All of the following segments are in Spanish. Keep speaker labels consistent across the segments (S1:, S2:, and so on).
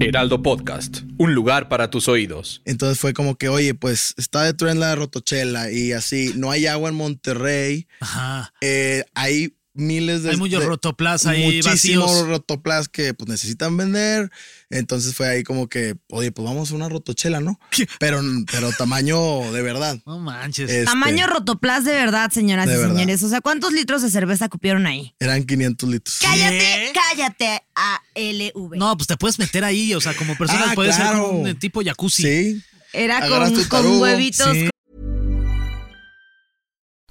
S1: Giraldo Podcast, un lugar para tus oídos.
S2: Entonces fue como que, oye, pues está de tren la Rotochela y así, no hay agua en Monterrey.
S3: Ajá.
S2: Eh, hay miles de.
S3: Hay muchos
S2: de-
S3: rotoplas ahí
S2: muchísimos
S3: vacíos.
S2: rotoplas que pues necesitan vender. Entonces fue ahí como que, oye, pues vamos a una rotochela, ¿no?
S3: ¿Qué?
S2: Pero, pero tamaño de verdad.
S3: No manches.
S2: Este,
S4: Tamaño rotoplas de verdad, señoras
S2: De
S4: y
S2: verdad.
S4: señores. O sea, ¿cuántos litros de cerveza cupieron ahí?
S2: Eran 500 litros.
S4: Cállate, cállate a LV.
S3: no, pues te puedes meter ahí, o sea, como persona
S2: Ah,
S3: puedes ser
S2: claro.
S3: como un eh, tipo jacuzzi.
S2: Sí.
S4: Era
S2: Agarras
S4: con,
S2: tu
S4: con
S2: tarugo.
S4: huevitos.
S3: Sí.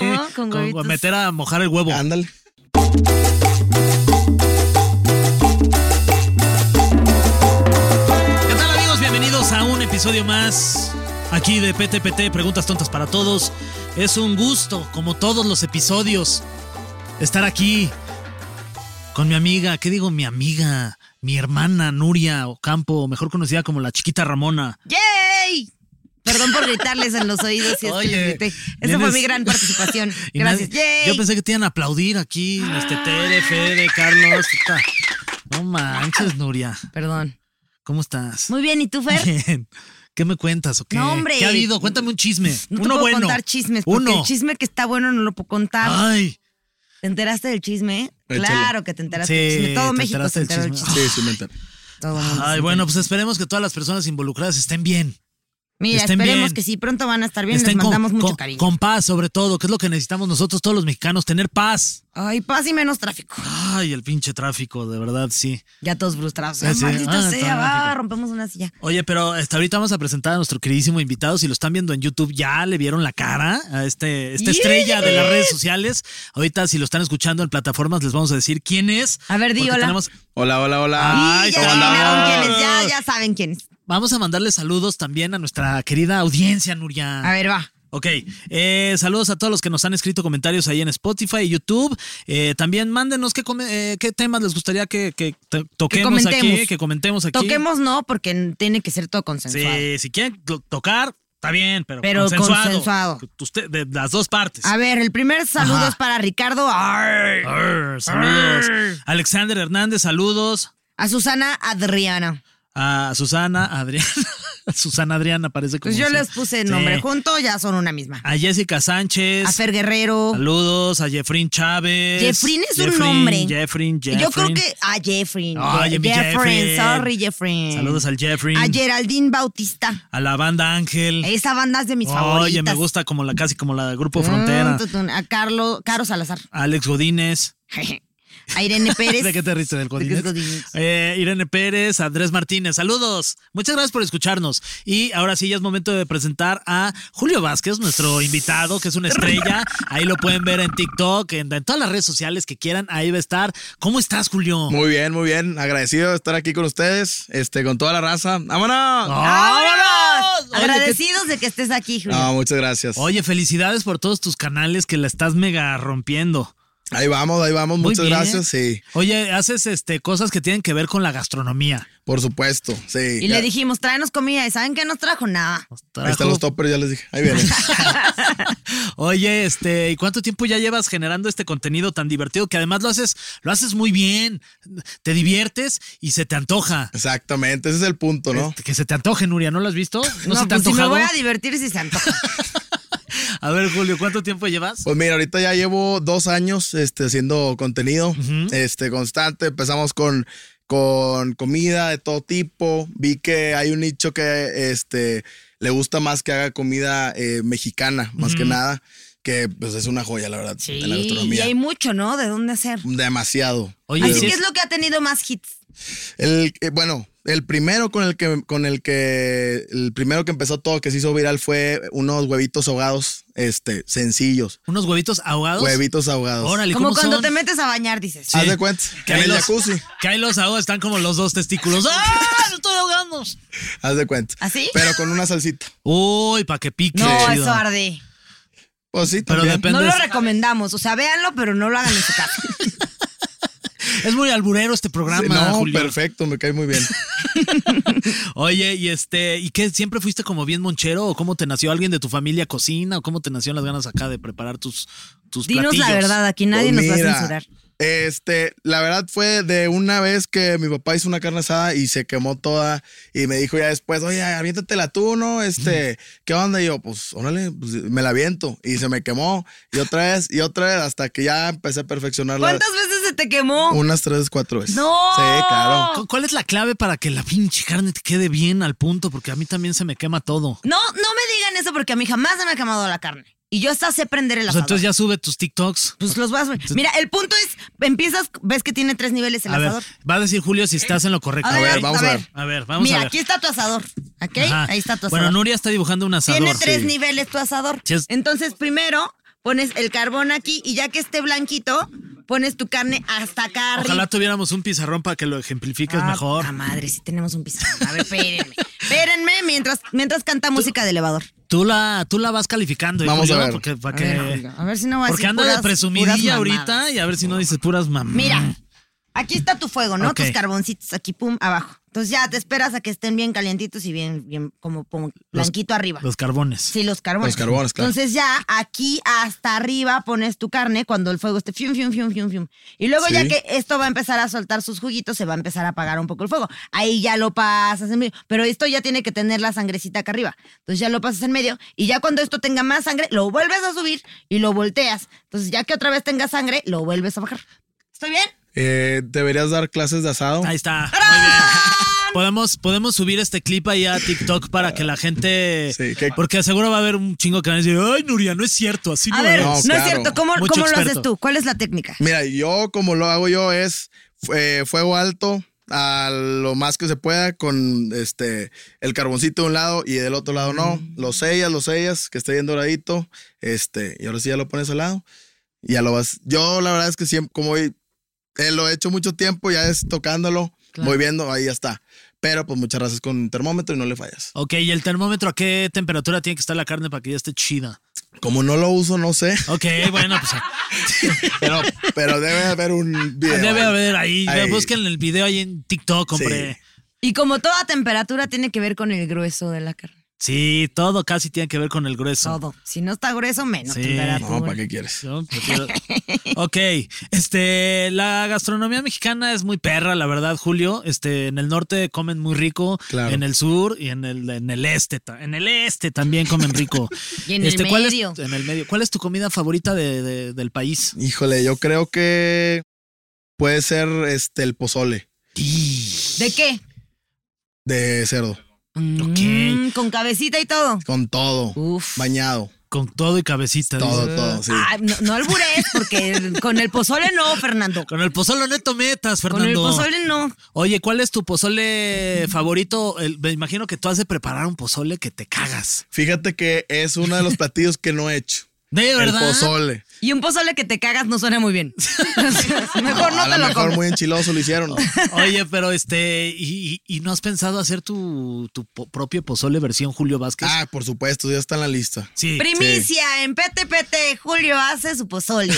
S4: ¿no? Con
S3: Como
S4: huevitos.
S3: meter a mojar el huevo.
S2: Ándale.
S3: ¿Qué tal amigos? Bienvenidos a un episodio más aquí de PTPT, Preguntas Tontas para Todos. Es un gusto, como todos los episodios, estar aquí con mi amiga, ¿qué digo mi amiga? Mi hermana Nuria Ocampo, mejor conocida como la chiquita Ramona.
S4: ¡Yay! Perdón por gritarles en los oídos si es
S3: Oye,
S4: que les grité. Esa fue
S3: vienes-
S4: mi gran participación.
S3: Y
S4: Gracias.
S3: nadie- Yo
S4: ¡Yay! Ah.
S3: pensé que te iban a aplaudir aquí, este Tere, Fede, Carlos. puta. No manches, Nuria.
S4: Ah. Perdón.
S3: ¿Cómo estás?
S4: Muy bien, ¿y tú, Fer?
S3: Bien. ¿Qué me cuentas o qué?
S4: No, hombre.
S3: ¿Qué ha habido? Cuéntame un chisme.
S4: No te
S3: Uno
S4: puedo
S3: bueno.
S4: contar chismes, porque
S3: Uno. Ah.
S4: el chisme que está bueno no lo puedo contar.
S3: Ay.
S4: ¿Te enteraste del chisme?
S2: Échale.
S4: Claro que te enteraste del
S3: Sí,
S4: chisme. Todo
S3: te
S4: México
S3: enteraste
S4: se
S3: del
S4: enteró del
S3: chisme.
S4: chisme.
S2: Sí, sí, mental.
S4: Todo el mundo se
S3: Ay,
S4: enteró.
S3: bueno, pues esperemos que todas las personas involucradas estén bien.
S4: Mira,
S3: estén
S4: esperemos
S3: bien.
S4: que sí, pronto van a estar bien.
S3: estén
S4: Les mandamos
S3: con,
S4: mucho
S3: con-
S4: cariño.
S3: con paz, sobre todo, que es lo que necesitamos nosotros, todos los mexicanos, tener paz.
S4: Ay, paz y menos tráfico.
S3: Ay, el pinche tráfico, de verdad, sí.
S4: Ya todos frustrados.
S3: Ya
S4: Ah,
S3: sé.
S4: maldita
S3: Ah,
S4: sea,
S3: tráfico.
S4: va, rompemos una silla.
S3: Oye, pero hasta ahorita vamos a presentar a nuestro queridísimo invitado. Si lo están viendo en YouTube, ya le vieron la cara a este, esta
S4: Yes.
S3: estrella de las redes sociales. Ahorita, si lo están escuchando en plataformas, les vamos a decir quién es.
S4: A ver, di
S3: porque
S4: hola.
S3: tenemos-
S1: Hola, hola, hola.
S3: Ay,
S4: Y ya
S3: hola.
S4: adivinaron quién es, ya, ya saben quién es.
S3: Vamos a mandarle saludos también a nuestra querida audiencia, Nuria.
S4: A ver, va.
S3: Ok, eh, saludos a todos los que nos han escrito comentarios ahí en Spotify y YouTube. Eh, también mándenos qué, come- eh, qué temas les gustaría que, que to- toquemos
S4: comentemos.
S3: aquí, que comentemos Pues aquí.
S4: Toquemos no, porque tiene que ser todo consensuado.
S3: Sí, si quieren to- tocar, está bien, pero,
S4: Pero
S3: consensuado.
S4: consensuado.
S3: Usted- de las dos partes.
S4: A ver, el primer saludo
S3: Ajá.
S4: es para Ricardo. Arr.
S3: Arr, saludos.
S4: Arr.
S3: Alexander Hernández, saludos.
S4: A Susana Adriana.
S3: A Susana, Adriana. Susana Adriana parece como.
S4: Pues yo
S3: sí.
S4: les puse
S3: Sí.
S4: nombre junto, ya son una misma.
S3: A Jessica Sánchez.
S4: A Fer Guerrero.
S3: Saludos a Jeffrey Chávez.
S4: Jeffrey es un
S3: Jeffrey,
S4: nombre.
S3: Jeffrey, Jeffrey.
S4: Yo creo que a Jeffrey.
S3: Oye, mi Jeffrey.
S4: sorry Jeffrey.
S3: Saludos al Jeffrey.
S4: A Geraldine Bautista.
S3: A la banda Ángel.
S4: Esa banda es de mis
S3: Oye,
S4: favoritas.
S3: me gusta como la casi como la del Grupo
S4: Mm,
S3: Frontera.
S4: tutun. A Carlos, Caro Salazar.
S3: A Alex Godínez.
S4: A Irene Pérez.
S3: ¿De qué te riste del Godínez?
S4: es Godínez?
S3: Eh, Irene Pérez, Andrés Martínez, saludos. Muchas gracias por escucharnos. Y ahora sí ya es momento de presentar a Julio Vázquez, nuestro invitado, que es una estrella. Ahí lo pueden ver en TikTok, en, en todas las redes sociales que quieran. Ahí va a estar. ¿Cómo estás, Julio?
S2: Muy bien, muy bien. Agradecido de estar aquí con ustedes, este, con toda la raza. ¡Vámonos!
S3: Oh.
S4: ¡Vámonos!
S3: Oye, qué-
S4: Agradecidos de que estés aquí, Julio.
S2: No, muchas gracias.
S3: Oye, felicidades por todos tus canales que la estás mega rompiendo.
S2: Ahí vamos, ahí vamos.
S3: Muy
S2: Muchas
S3: bien.
S2: gracias. Sí,
S3: Oye, haces este cosas que tienen que ver con la gastronomía.
S2: por supuesto. Sí.
S4: y
S2: Ya-
S4: le dijimos, tráenos comida. ¿Y saben qué nos trajo? Nada.
S2: Ahí están los toppers, ya les dije. Ahí vienen.
S3: Oye, este, ¿y cuánto tiempo ya llevas generando este contenido tan divertido que además lo haces lo haces muy bien? Te diviertes y se te antoja.
S2: Exactamente, ese es el punto, ¿no?
S3: Este, que se te antoje, Nuria, ¿no lo has visto? No,
S4: No,
S3: se te ha
S4: pues si me
S3: antojado.
S4: voy a divertir si se antoja.
S3: a... ver, Julio, ¿cuánto tiempo llevas?
S2: Pues mira, ahorita ya llevo dos años este, haciendo contenido este, constante. Empezamos con, con comida de todo tipo. Vi que hay un nicho que este, le gusta más que haga comida eh, mexicana, más que nada, que pues es una joya, la verdad,
S4: Sí,
S2: en la
S4: y
S2: gastronomía.
S4: hay mucho, ¿no? ¿De dónde hacer?
S2: Demasiado.
S3: Oye,
S4: Así
S3: sí
S4: que
S3: es-
S4: es lo que ha tenido más hits.
S2: El, eh, bueno, El primero con el que, con el que, el primero que empezó todo, que se hizo viral fue unos huevitos ahogados, este, sencillos.
S3: Unos huevitos ahogados.
S2: Huevitos ahogados.
S3: Órale,
S4: Como
S3: ¿cómo
S4: cuando
S3: son?
S4: te metes a bañar, dices.
S2: Haz de cuenta.
S3: Que
S2: En
S3: ahí
S2: el
S3: los-
S2: jacuzzi.
S3: Que ahí los ahogados están como los dos testículos. ¡Ah! ¡Me estoy ahogando!
S2: Haz de cuenta.
S3: ¿Ah,
S4: ¿Así?
S2: Pero con una salsita.
S3: Uy, para que pique.
S4: No,
S3: chido.
S4: eso arde.
S2: Pues sí,
S3: Pero
S2: también.
S3: depende.
S4: No lo
S3: es-
S4: recomendamos. O sea, véanlo, pero no lo hagan en su casa.
S3: Es muy alburero este programa,
S2: Sí, no,
S3: Julio.
S2: perfecto, me cae muy bien.
S3: Oye, y este, ¿y qué? ¿Siempre fuiste como bien monchero? ¿O cómo te nació alguien de tu familia cocina? ¿O cómo te nacieron las ganas acá de preparar tus, tus
S4: Dinos
S3: platillos?
S4: la verdad, aquí nadie
S2: Pues
S4: nos va
S2: mira,
S4: a censurar.
S2: Este, la verdad fue de una vez que mi papá hizo una carne asada y se quemó toda y me dijo ya después, oye, aviéntatela tú, ¿no? Este, ¿qué onda? Y yo, pues, órale, pues, me la aviento y se me quemó y otra vez y otra vez hasta que ya empecé a perfeccionarla
S4: ¿Cuántas veces se te quemó?
S2: unas tres, cuatro veces.
S4: ¡No!
S2: Sí, claro.
S3: ¿Cu- ¿Cuál es la clave para que la pinche carne te quede bien al punto? Porque a mí también se me quema todo.
S4: No, no me digan eso porque a mí jamás se me ha quemado la carne. Y yo hasta sé prender
S3: O
S4: el
S3: sea,
S4: asador.
S3: Pues entonces ya sube tus TikToks.
S4: Pues los vas. Mira, el punto es, empiezas, ves que tiene tres niveles el
S3: a ver,
S4: asador.
S3: va a decir Julio si estás en lo correcto.
S2: A ver, vamos a ver.
S3: A ver, vamos
S4: Mira,
S3: a ver.
S4: aquí está tu asador, ¿ok?
S3: Ajá.
S4: Ahí está tu asador.
S3: Bueno, Nuria está dibujando un asador.
S4: Tiene tres
S3: Sí.
S4: niveles tu asador.
S3: Sí, es-
S4: Entonces, primero pones el carbón aquí y ya que esté blanquito, pones tu carne hasta acá arriba.
S3: Ojalá tuviéramos un pizarrón para que lo ejemplifiques
S4: Ah,
S3: mejor.
S4: puta madre, si tenemos un pizarrón. A ver, espérenme. espérenme mientras, mientras canta música de elevador.
S3: Tú la, tú la vas calificando. ¿eh,
S2: Vamos a
S3: Julio?
S2: ver.
S3: Porque, para
S4: A
S3: que-
S4: ver, Julio, a ver si no va a
S3: Porque
S4: decir
S3: anda de
S4: puras- puras
S3: presumidilla
S4: mamadas.
S3: ahorita y a ver si no dices puras mamás.
S4: Mira, aquí está tu fuego, ¿no?
S3: Ok.
S4: Tus carboncitos aquí, pum, abajo. Entonces ya te esperas a que estén bien calientitos y bien, bien como, como blanquito arriba.
S3: Los carbones.
S4: Sí, los carbones.
S2: Los carbones, claro.
S4: Entonces ya aquí hasta arriba pones tu carne cuando el fuego esté fium, fium, fium, fium, fium. Y luego ya
S2: Sí.
S4: que esto va a empezar a soltar sus juguitos, se va a empezar a apagar un poco el fuego. Ahí ya lo pasas en medio. Pero esto ya tiene que tener la sangrecita acá arriba. Entonces ya lo pasas en medio y ya cuando esto tenga más sangre, lo vuelves a subir y lo volteas. Entonces ya que otra vez tenga sangre, lo vuelves a bajar. ¿Estoy bien?
S2: Eh, deberías dar clases de asado.
S3: Ahí está. Muy bien. Podemos, podemos subir este clip ahí a TikTok para que la gente.
S2: Sí, que-
S3: Porque seguro va a haber un chingo que van a decir, ay, Nuria, no es cierto, así
S4: A
S3: no
S4: ver,
S3: es".
S4: no,
S2: No,
S4: es
S2: claro.
S4: cierto. ¿Cómo,
S3: Mucho
S4: cómo lo
S3: experto.
S4: haces tú? ¿Cuál es la técnica?
S2: Mira, yo como lo hago yo es eh, fuego alto a lo más que se pueda con este el carboncito de un lado y del otro lado no. Lo sellas, lo sellas, que esté bien doradito. Este, y ahora sí ya lo pones al lado. Y ya lo vas. Yo la verdad es que siempre, como hoy, eh, lo he hecho mucho tiempo, ya es tocándolo,
S4: Claro.
S2: voy viendo, ahí ya está. Pero pues muchas gracias con termómetro y no le fallas.
S3: Ok, ¿y el termómetro a qué temperatura tiene que estar la carne para que ya esté chida?
S2: Como no lo uso, no sé,
S3: Ok, bueno, pues
S2: pero, pero debe haber un video.
S3: debe
S2: ahí.
S3: haber ahí.
S2: Ahí.
S3: Busquen el video ahí en TikTok, hombre.
S4: Y como toda temperatura tiene que ver con el grueso de la carne.
S3: Sí, todo casi tiene que ver con el grueso.
S4: Todo. Si no está grueso, menos
S3: Sí.
S4: temperatura.
S2: No, ¿para qué quieres?
S3: Yo prefiero- ok, este, la gastronomía mexicana es muy perra, la verdad, Julio. Este, en el norte comen muy rico,
S2: Claro.
S3: en el sur y en el, en el este, ta- en el este también comen rico.
S4: Y en el
S3: Este, ¿cuál es-
S4: medio.
S3: en el medio. ¿Cuál es tu comida favorita de- de- del país?
S2: Híjole, yo creo que puede ser este el pozole
S4: ¿De qué?
S2: de cerdo
S4: Mm, con cabecita y todo.
S2: con todo,
S4: Uf.
S2: bañado,
S3: Con todo y cabecita.
S2: todo,
S4: Ah.
S3: dice.
S2: todo, sí.
S4: Ay, no, no alburees, porque con el pozole no, Fernando.
S3: Con el pozole neto metas,
S4: Con el
S3: Fernando.
S4: pozole no.
S3: Oye, ¿cuál es tu pozole favorito? El- me imagino que tú has de preparar un pozole que te cagas.
S2: Fíjate que es uno de los platillos que no he hecho.
S3: De
S2: El
S3: verdad.
S2: pozole.
S4: Y un pozole que te cagas no suena muy bien. mejor no
S2: a
S4: te
S2: lo
S4: lo
S2: mejor
S4: comes.
S2: muy enchiloso lo hicieron.
S3: Oye, pero este, ¿y, y- y no has pensado hacer tu, tu po- propio pozole versión Julio Vázquez?
S2: Ah, por supuesto, ya está en la lista.
S3: sí.
S4: Primicia, en PTPT, Julio hace su pozole.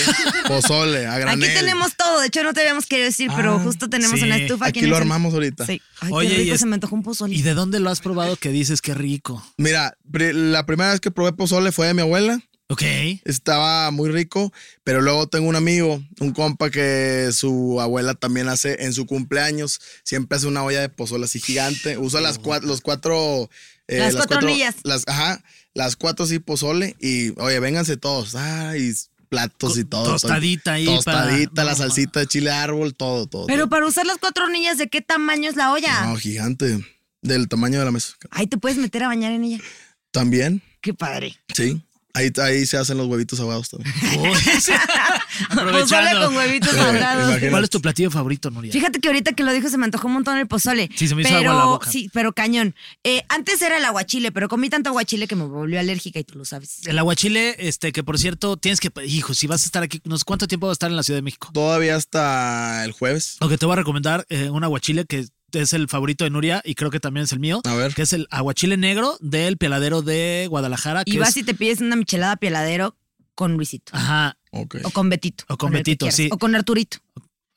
S2: Pozole, a
S4: Aquí
S2: granel.
S4: tenemos todo. De hecho, no te habíamos querido decir, pero
S3: Ah,
S4: justo tenemos
S3: sí.
S4: una estufa.
S2: Aquí
S4: en
S2: lo
S4: el-
S2: armamos ahorita.
S4: Sí. Ay,
S3: Oye,
S4: qué
S3: y
S4: rico,
S3: es-
S4: se me antojó un pozole.
S3: ¿Y de dónde lo has probado que dices qué rico?
S2: Mira, pri- la primera vez que probé pozole fue de mi abuela.
S3: Ok.
S2: Estaba muy rico, pero luego tengo un amigo, un compa que su abuela también hace en su cumpleaños, siempre hace una olla de pozole así gigante, usa las cuatro, los cuatro... eh,
S4: Las cuatro olillas.
S2: Las, ajá, las cuatro así pozole y, oye, vénganse todos, ah, y platos y
S3: Co-
S2: todo.
S3: tostadita ahí para-
S2: Tostadita,
S3: no,
S2: la salsita de chile árbol, todo, todo.
S4: Pero para usar las cuatro niñas, ¿de qué tamaño es la olla?
S2: todo. No, gigante, del tamaño de la mesa.
S4: Ay, te puedes meter a bañar en ella.
S2: También,
S4: Qué padre.
S2: sí. Ahí, ahí se hacen los huevitos ahogados también.
S4: Pozole con huevitos saldados.
S2: imagínate.
S3: ¿Cuál es tu platillo favorito, Nuria?
S4: Fíjate que ahorita que lo dijo se me antojó un montón el pozole.
S3: Sí, se me hizo
S4: pero,
S3: agua la boca.
S4: Sí, pero cañón. Eh, antes era el aguachile, pero comí tanto aguachile que me volvió alérgica y tú lo sabes.
S3: El aguachile, este, que por cierto, tienes que. Hijo, si vas a estar aquí, no sé cuánto tiempo vas a estar en la Ciudad de México.
S2: Todavía hasta el jueves.
S3: Lo que te voy a recomendar, eh, un aguachile que es el favorito de Nuria y creo que también es el mío.
S2: A ver.
S3: Que es el aguachile negro del peladero de Guadalajara.
S4: Y
S3: que
S4: vas
S3: es-
S4: y te pides una michelada pieladero con Luisito.
S3: Ajá,
S2: Ok.
S4: O con Betito.
S3: O con
S4: el que
S3: Betito,
S4: quieras.
S3: sí.
S4: O con Arturito.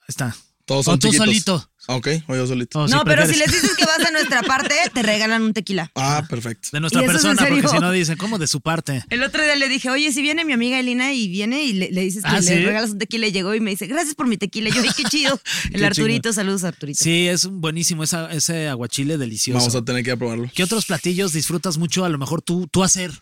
S3: está.
S2: Todos
S3: O
S2: son
S3: tú
S2: chiquitos.
S3: solito.
S2: Ah, Ok, o yo solito.
S3: O
S4: no, pero
S3: Oh, prefieres-
S4: si les dices que vas a nuestra parte, te regalan un tequila.
S2: Ah, perfecto.
S3: De nuestra
S4: ¿Y eso es en
S3: persona, porque
S4: serio?
S3: si no dicen, ¿cómo de su parte?
S4: El otro día le dije, oye, si viene mi amiga Elina y viene y le, le dices que
S3: Ah,
S4: le
S3: ¿sí?
S4: regalas un tequila y llegó y me dice, gracias por mi tequila. Y Yo, ay, qué chido. El
S3: Qué
S4: Arturito, saludos Arturito.
S3: Sí, es un buenísimo esa- ese aguachile delicioso.
S2: Vamos a tener que ir a probarlo.
S3: ¿Qué otros platillos disfrutas mucho a lo mejor tú, tú hacer?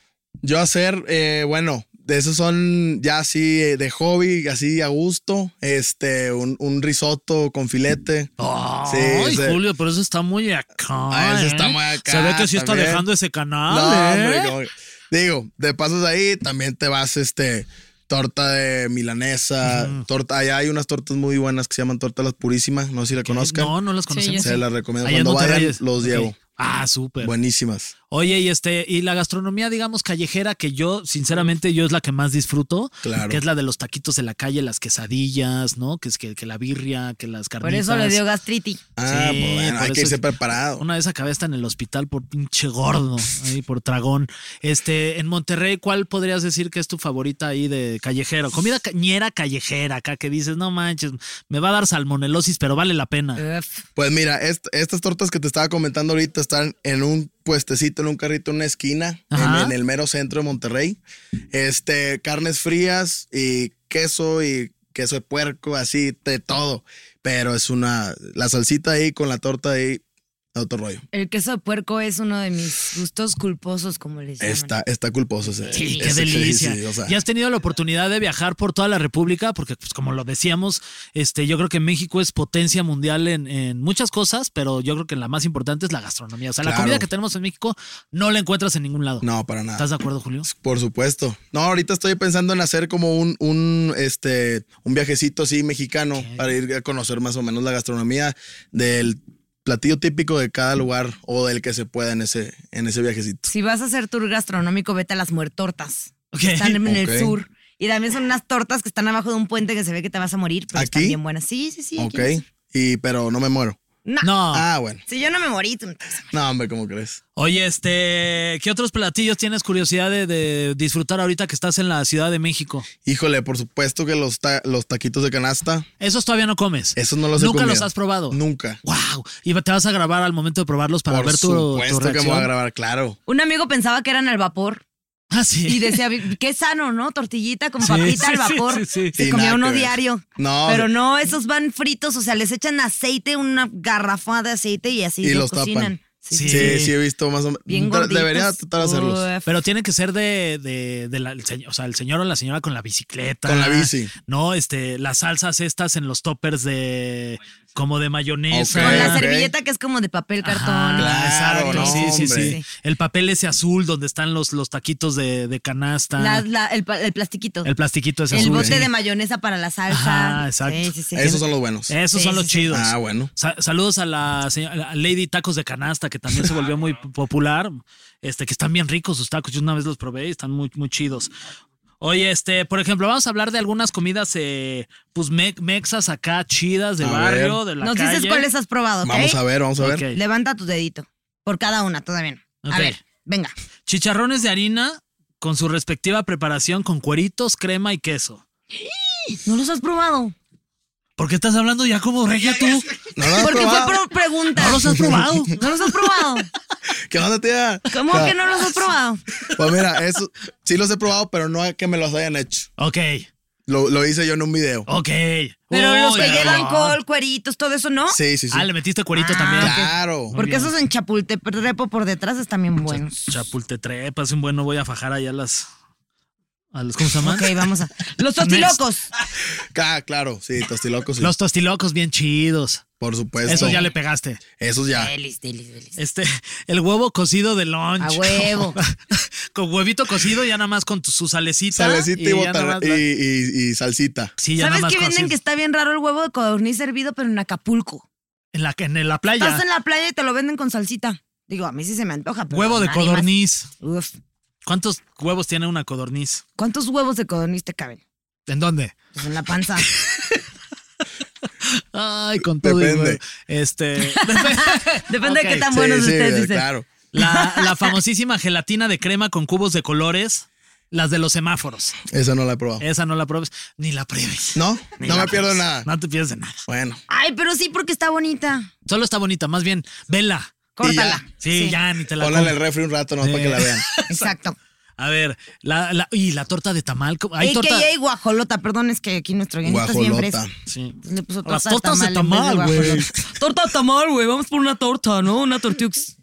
S2: Yo hacer, eh, bueno, de esos son ya así eh, de hobby, así a gusto. Este, un, un risotto con filete.
S3: Ay,
S2: sí.
S3: Julio, pero eso está muy acá.
S2: Ah, eso
S3: ¿eh?
S2: está muy acá
S3: Se ve que sí está
S2: también.
S3: dejando ese canal.
S2: No,
S3: ¿eh?
S2: hombre, como- digo, te pasas ahí, también te vas este torta de milanesa, torta, allá hay unas tortas muy buenas que se llaman tortas las purísimas, no sé si la conozcan.
S3: No, no las conocemos.
S2: Se las recomiendo.
S3: Allá en
S2: Cuando vayan,
S3: Monterrey es-
S2: los
S3: ok.
S2: llevo.
S3: Ah, súper.
S2: Buenísimas.
S3: Oye, y este, y la gastronomía, digamos, callejera, que yo, sinceramente, yo es la que más disfruto,
S2: Claro.
S3: que es la de los taquitos de la calle, las quesadillas, ¿no? Que es que, que la birria, que las
S4: Por
S3: carnitas.
S4: eso le dio gastritis.
S2: Ah,
S3: Sí,
S2: bueno,
S3: por
S2: hay
S3: eso
S2: que irse
S3: es-
S2: preparado.
S3: Una vez acabé hasta en el hospital por pinche gordo, ahí por tragón. Este, en Monterrey, ¿cuál podrías decir que es tu favorita ahí de callejero? Comida cañera callejera, acá que dices, no manches, me va a dar salmonelosis, pero vale la pena.
S4: Uf.
S2: Pues mira, est- estas tortas que te estaba comentando ahorita están en un puestecito, en un carrito, en una esquina, en,
S3: Ajá.
S2: en el mero centro de Monterrey. Este, carnes frías y queso y queso de puerco, así de todo. Pero es una, la salsita ahí con la torta ahí, otro rollo.
S4: El queso de puerco es uno de mis gustos culposos, como les llaman.
S2: Está, está culposo ese.
S3: Sí, qué
S2: ese- sí,
S3: delicia.
S2: sí, o sea,
S3: ¿Y has tenido la oportunidad de viajar por toda la República? Porque, pues, como lo decíamos, este, yo creo que México es potencia mundial en, en muchas cosas, pero yo creo que la más importante es la gastronomía. O sea, la
S2: Claro.
S3: comida que tenemos en México no la encuentras en ningún lado.
S2: No, para nada.
S3: ¿Estás de acuerdo, Julio?
S2: Por supuesto. No, ahorita estoy pensando en hacer como un, un, este, un viajecito así mexicano para ir a conocer más o menos la gastronomía del platillo típico de cada lugar o del que se pueda en ese, en ese viajecito.
S4: Si vas a hacer tour gastronómico, vete a las muertortas.
S3: Ok.
S4: que Están en el
S2: Ok.
S4: sur. Y también son unas tortas que están abajo de un puente que se ve que te vas a morir, pero están
S2: ¿Aquí?
S4: bien buenas. Sí, sí, sí. aquí
S2: Ok.
S4: las-
S2: Y pero no me muero.
S4: No.
S3: No.
S2: Ah, bueno.
S4: Si yo no me morí, tú me estás-
S2: No, hombre, ¿cómo crees?
S3: Oye, este, ¿qué otros platillos tienes curiosidad de, de disfrutar ahorita que estás en la Ciudad de México?
S2: Híjole, por supuesto que los, ta- los taquitos de canasta,
S3: Esos todavía no comes.
S2: esos no los he
S3: Nunca los
S2: comido.
S3: has probado.
S2: Nunca.
S3: Wow. Y te vas a grabar al momento de probarlos para
S2: por
S3: ver tu, tu
S2: supuesto que me voy a
S3: reacción?
S2: grabar, claro.
S4: Un amigo pensaba que eran al vapor
S3: Ah, sí.
S4: y decía, qué sano, ¿no? Tortillita con
S3: Sí,
S4: papita
S3: sí,
S4: al
S3: sí,
S4: vapor.
S3: sí, sí.
S4: Se
S2: Sí,
S4: comía
S2: nada
S4: uno
S2: que ver.
S4: diario.
S2: No,
S4: Pero no, esos van fritos, o sea, les echan aceite, una garrafada de aceite y así
S2: Y
S4: lo
S2: los tapan.
S4: cocinan. Sí,
S3: Sí.
S4: sí.
S2: Sí, sí he visto más o menos.
S4: Bien
S2: Tra-
S4: gorditos.
S2: Debería tratar de hacerlos.
S4: Uf.
S3: Pero tiene que ser de, de, de la, el señor, o sea, el señor o la señora con la bicicleta.
S2: Con la bici.
S3: No, este, las salsas estas en los toppers de, como de mayonesa.
S2: Ok.
S4: Con la
S2: Ok.
S4: servilleta que es como de papel cartón.
S3: Ajá,
S2: Claro,
S3: exacto,
S2: no,
S3: sí, sí,
S2: hombre.
S3: sí. El papel ese azul donde están los, los taquitos de, de canasta.
S4: La- la- el, pa- el plastiquito.
S3: el
S4: El,
S3: plastiquito ese azul.
S4: bote
S3: sí.
S4: de mayonesa para la salsa.
S3: Ajá, exacto.
S4: Sí, sí, sí.
S2: Esos son los buenos.
S3: Esos
S4: Sí,
S3: son
S4: sí,
S3: los
S4: sí.
S3: chidos.
S2: Ah, bueno.
S3: Sa- saludos a la señora- a Lady Tacos de Canasta, que también se volvió muy popular. Este, que están bien ricos sus tacos. Yo una vez los probé y están muy, muy chidos. Oye, este, por ejemplo, vamos a hablar de algunas comidas, eh, pues me- mexas acá, chidas, de
S2: A
S3: barrio, de la
S4: Nos
S3: calle.
S4: dices cuáles has probado, ¿ok?
S2: Vamos a ver, vamos a ver.
S3: Ok.
S4: Levanta tu dedito. Por cada una, todavía no.
S3: Ok.
S4: A ver, venga.
S3: Chicharrones de harina con su respectiva preparación con cueritos, crema y queso.
S4: ¿No los has probado?
S3: ¿Por qué estás hablando ya como regia tú?
S2: No, no,
S4: Porque fue
S2: probado.
S4: por pregunta.
S3: ¿No los has probado?
S4: ¿No los has probado?
S2: ¿Qué onda, tía?
S4: ¿Cómo
S2: Ah,
S4: que no los has probado?
S2: Pues mira, eso sí los he probado, pero no es que me los hayan hecho.
S3: Ok,
S2: Lo, lo hice yo en un video.
S3: ok.
S4: Pero
S3: Uy,
S4: los que
S3: ya,
S4: llevan
S3: no.
S4: col, cueritos, todo eso, ¿no?
S2: Sí, sí, sí.
S3: Ah, le metiste cueritos
S4: Ah,
S3: también.
S2: claro.
S4: Porque
S3: bien.
S4: esos en Chapultepec por detrás están bien buenos.
S3: Chapultetrepa, es un buen, no voy a fajar allá las. a los, ¿cómo se llaman?
S4: Ok, vamos a. Los tostilocos.
S2: Ah, claro, sí, tostilocos. sí,
S3: Los tostilocos bien chidos.
S2: por supuesto.
S3: Eso ya le pegaste.
S2: Esos ya.
S4: Delis, delis, delis.
S3: Este, el huevo cocido de lunch.
S4: A huevo.
S3: con huevito cocido ya nada más con tu- su salecita.
S2: Salecita y,
S3: ya
S2: botana-
S3: nada más
S2: y,
S3: la-
S2: y- y salsita.
S3: sí, ya nada
S4: ¿Sabes
S3: más
S4: qué venden
S3: cocido.
S4: que está bien raro el huevo de codorniz hervido, pero en Acapulco?
S3: en la, en la playa.
S4: Estás en la playa y te lo venden con salsita. Digo, a mí sí se me antoja. Pero
S3: Huevo de
S4: nadie más.
S3: codorniz.
S4: Uf.
S3: ¿Cuántos huevos tiene una codorniz?
S4: ¿Cuántos huevos de codorniz te caben?
S3: ¿En dónde?
S4: Pues en la panza.
S3: Ay, con todo. y
S2: Depende.
S3: huevo. Este. depende.
S4: Depende
S3: Ok.
S4: de qué tan
S2: Sí,
S4: buenos
S2: sí, eh,
S4: ustedes dicen.
S2: claro.
S3: La, la famosísima gelatina de crema con cubos de colores, las de los semáforos.
S2: Esa no la he probado.
S3: Esa no la pruebes, ni la pruebes.
S2: No,
S3: Eh, Ni
S2: no
S3: la
S2: me pierdo
S3: pruebes.
S2: nada.
S3: No te pierdes de nada.
S2: Bueno,
S4: Ay, pero sí, porque está bonita.
S3: Solo está bonita, más bien, vela.
S4: Córtala.
S3: Sí, ya ni te la Eh.
S2: ponla en el
S3: comes.
S2: refri un rato no
S3: Sí.
S2: para que la vean.
S4: Exacto.
S3: A ver, la, la, y la torta de tamal. ¿cómo? ¿Hay
S4: AKA
S3: torta?
S4: guajolota, perdón, es que aquí nuestro guionista siempre es...
S2: Guajolota.
S3: Sí.
S4: Le puso torta
S3: Las
S4: de
S3: tortas de
S4: tamal en
S3: tamal,
S4: vez de
S3: güey.
S4: guajolota. Torta de tamal, güey. Vamos por una torta, ¿no? Una tortux.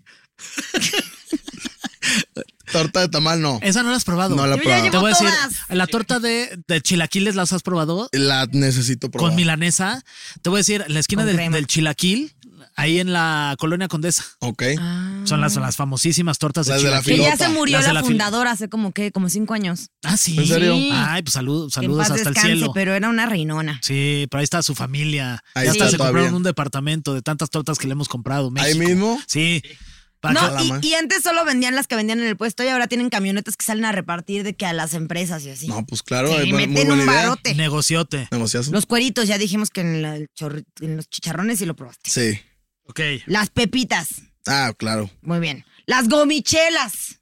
S2: Torta de tamal no.
S3: Esa no la has probado.
S2: No la he
S4: Yo ya
S2: probado.
S3: Te voy a decir,
S4: todas.
S3: la torta de, de chilaquiles las has probado
S2: La necesito probar.
S3: con milanesa. Te voy a decir, la esquina
S4: Con
S3: del,
S4: crema.
S3: del chilaquil, ahí en la colonia Condesa.
S2: Ok.
S3: Son las, las famosísimas tortas de
S2: Las de la
S4: Que
S3: chilaquil.
S4: ya
S2: Pilota.
S4: se murió
S3: Las de
S4: la,
S3: la fil-
S4: fundadora hace como que, como cinco años.
S3: Ah, sí.
S2: ¿En serio?
S3: Ay, pues salud-
S4: Que en
S3: saludos
S4: paz
S3: hasta
S4: descanse,
S3: el cielo.
S4: pero era una reinona.
S3: Sí, pero ahí está su familia.
S2: Ahí
S3: ya
S2: está
S3: hasta se
S2: todavía.
S3: compraron un departamento de tantas tortas que le hemos comprado.
S2: ¿Ahí
S3: México.
S2: mismo?
S3: Sí. Para que-
S4: No,
S2: la
S4: y,
S2: madre.
S4: y antes solo vendían las que vendían en el puesto y ahora tienen camionetas que salen a repartir de que a las empresas y así.
S2: No, pues claro,
S4: Sí,
S2: es bu- muy
S4: meten
S2: buena
S4: un
S2: idea.
S4: barote.
S3: Negociote.
S2: Negociazo.
S4: Los cueritos, ya dijimos que en, la- el chorri- en los chicharrones sí lo probaste.
S2: Sí.
S3: Ok.
S4: Las pepitas,
S2: Ah, claro.
S4: muy bien. Las gomichelas.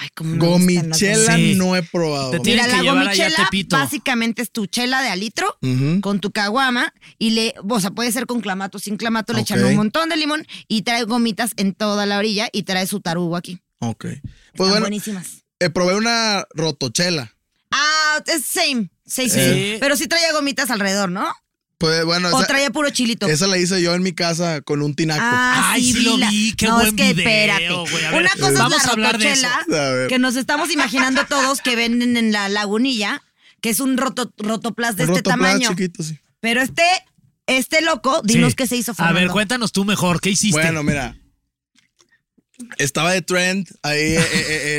S4: Ay, cómo me gustan las
S2: Gomichela
S3: Sí.
S2: no he probado.
S3: Te tiene-
S4: Mira,
S3: Tienes
S4: la
S3: que llevar allá a
S4: gomichela
S3: Tepito.
S4: básicamente es tu chela de alitro
S2: Ujú.
S4: con tu caguama y le, o sea, puede ser con clamato, sin clamato, le
S2: Ok.
S4: echan un montón de limón y trae gomitas en toda la orilla y trae su tarugo aquí.
S2: Ok.
S4: Están
S2: Pues bueno,
S4: buenísimas.
S2: eh, probé una rotochela.
S4: Ah, es same, sí, sí,
S3: Eh.
S4: sí. Pero sí traía gomitas alrededor, ¿no?
S2: Pues bueno,
S4: O
S2: esa,
S4: traía puro chilito.
S2: esa la hice yo en mi casa con un tinaco.
S4: Ah,
S3: Ay, sí lo
S4: la-
S3: vi, qué
S4: no,
S3: buen
S4: es que
S3: video,
S4: espérate.
S3: güey, a ver,
S4: Una cosa
S3: vamos
S4: es
S3: a
S4: la
S3: hablar de
S4: rotochela,
S2: eso. A ver.
S4: que nos estamos imaginando todos que venden en la lagunilla, que es un roto, rotoplas de
S2: Un
S4: este
S2: rotoplas
S4: tamaño.
S2: chiquito, sí.
S4: Pero este, este loco, dinos
S3: Sí.
S4: qué se hizo
S3: A
S4: Fernando.
S3: ver, cuéntanos tú mejor. ¿Qué hiciste?
S2: Bueno, mira. Estaba de trend ahí eh, eh,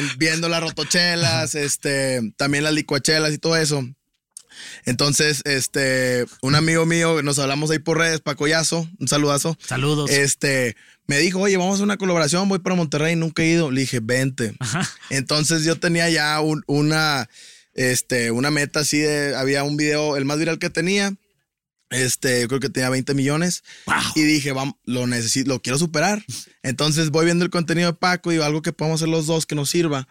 S2: eh, viendo las rotochelas, este, también las licuachelas y todo eso. Entonces, este, un amigo mío, nos hablamos ahí por redes, Pacoyazo, un saludazo.
S3: Saludos.
S2: Este, me dijo, oye, vamos a hacer una colaboración, voy para Monterrey, nunca he ido. Le dije, vente. Entonces yo tenía ya un- una, este, una meta así de, había un video, el más viral que tenía, este, yo creo que tenía 20 millones.
S3: Wow.
S2: Y dije, vamos, lo necesito, lo quiero superar. Entonces voy viendo el contenido de Paco y digo, algo que podamos hacer los dos que nos sirva.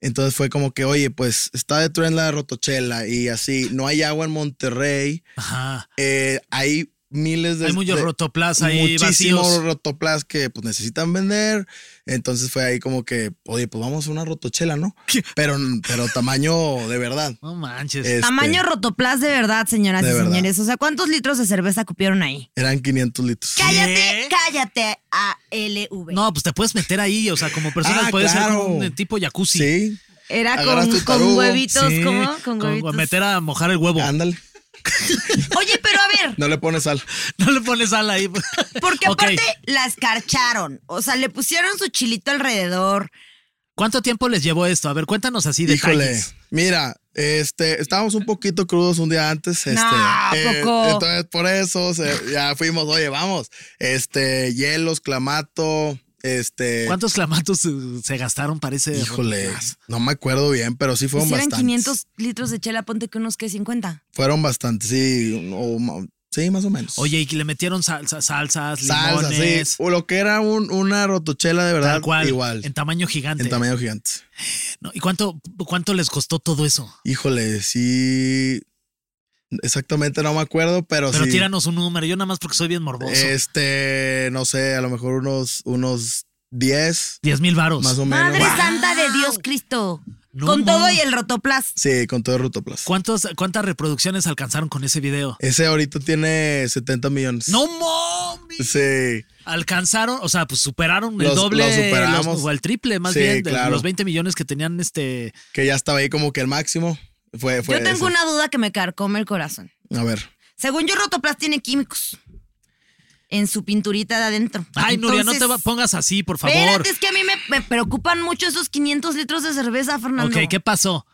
S2: Entonces fue como que, oye, pues está de trend la rotochela y así, no hay agua en Monterrey,
S3: Ajá.
S2: eh, hay miles de...
S3: Hay muchos
S2: de-
S3: rotoplas ahí
S2: muchísimos
S3: vacíos.
S2: rotoplas que pues necesitan vender. Entonces fue ahí como que, oye, pues vamos a una rotochela, ¿no? Pero, pero tamaño de verdad.
S3: No manches.
S2: Este,
S4: Tamaño rotoplas de verdad, señoras
S2: De
S4: y
S2: verdad.
S4: señores. O sea, ¿cuántos litros de cerveza cupieron ahí?
S2: Eran 500 litros.
S4: Cállate, cállate a LV.
S3: no, pues te puedes meter ahí. O sea, como persona
S2: Ah,
S3: puedes ser
S2: claro.
S3: como un tipo jacuzzi.
S2: Sí,
S4: Era
S2: agarras
S4: con,
S2: tu
S4: con
S2: tarugo.
S4: huevitos,
S3: Sí,
S4: ¿cómo? Con huevitos.
S3: meter a mojar el huevo.
S2: ándale.
S4: Oye, pero a ver,
S2: No le pones sal.
S3: No le pones sal ahí.
S4: porque
S3: Ok.
S4: aparte la escarcharon. O sea, le pusieron su chilito alrededor.
S3: ¿Cuánto tiempo les llevó esto? A ver, cuéntanos así detalles.
S2: Híjole, mira, este, estábamos un poquito crudos un día antes. Este,
S4: ¿a poco?
S2: entonces, por eso se- ya fuimos, oye, vamos. Este, hielos, clamato, este.
S3: ¿Cuántos clamatos eh, se gastaron parece?
S2: Híjole, no me acuerdo bien, pero sí
S4: Si
S2: fueron
S4: Pues, eran
S2: bastantes.
S4: 500 litros de chela, ponte que unos que 50.
S2: Fueron bastantes, sí, o ma- sí, más o menos.
S3: Oye, y que le metieron salsa- salsas,
S2: salsa, sí.
S3: limones,
S2: O lo que era un- una rotochela de verdad,
S3: tal cual,
S2: igual,
S3: en tamaño gigante.
S2: en tamaño gigante.
S3: ¿no? ¿Y cuánto, cuánto les costó todo eso?
S2: Híjole, sí, exactamente no me acuerdo, pero,
S3: Pero
S2: Oh, sí.
S3: tíranos un número, yo nada más porque soy bien morboso.
S2: Este, no sé, a lo mejor unos, unos 10,
S3: 10 mil varos. Pues,
S2: más o menos.
S4: Madre santa de Dios Cristo.
S3: No
S4: con todo
S3: mames.
S4: y el rotoplas.
S2: Sí, con todo Rutoplas.
S3: ¿Cuántos- ¿Cuántas reproducciones alcanzaron con ese video?
S2: Ese ahorita tiene 70 millones.
S3: ¡No mames!
S2: Sí.
S3: Alcanzaron, o sea, pues superaron el
S2: Los-
S3: doble
S2: los superamos.
S3: los- o el triple, más
S2: Sí,
S3: bien, de
S2: claro.
S3: los 20 millones que tenían este.
S2: Que ya estaba ahí como que el máximo. Fue, fue
S4: Yo tengo
S2: ese.
S4: una duda que me carcome el corazón.
S2: A ver.
S4: Según yo, Rotoplas tiene químicos en su pinturita de adentro.
S3: Ay, Nuria, no te va-
S4: Entonces,
S3: pongas así, por favor.
S4: Espérate, es que a mí me, me preocupan mucho esos 500 litros de cerveza, Fernando.
S3: ok, ¿qué pasó?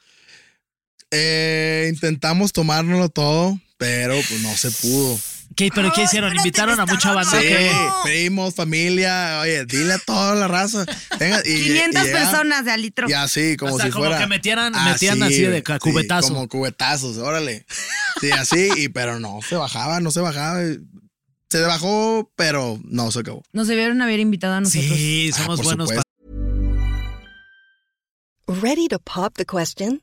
S2: Eh, intentamos tomárnoslo todo, pero pues no se pudo.
S3: ¿Qué, ¿Pero qué
S4: Ay,
S3: hicieron?
S4: espérate,
S3: ¿Invitaron
S4: me
S3: a mucha
S4: estaba
S3: banda?
S2: Sí,
S3: ¿Qué?
S4: no.
S2: primos, familia, oye, dile a toda la raza. Venga, y- y
S4: 500
S2: llega-
S4: personas de al litro.
S2: Y así, como
S3: O sea,
S2: si
S3: como
S2: fuera.
S3: que metieran- metían así de ca-
S2: sí,
S3: cubetazo.
S2: como cubetazos, órale. Sí, así, y pero no, se bajaba, no se bajaba. Se bajó, pero no se acabó.
S4: Nos debieron haber invitado a nosotros.
S3: Sí,
S2: Ah,
S3: somos
S2: por
S3: buenos.
S2: supuesto.
S5: Ready to pop the question?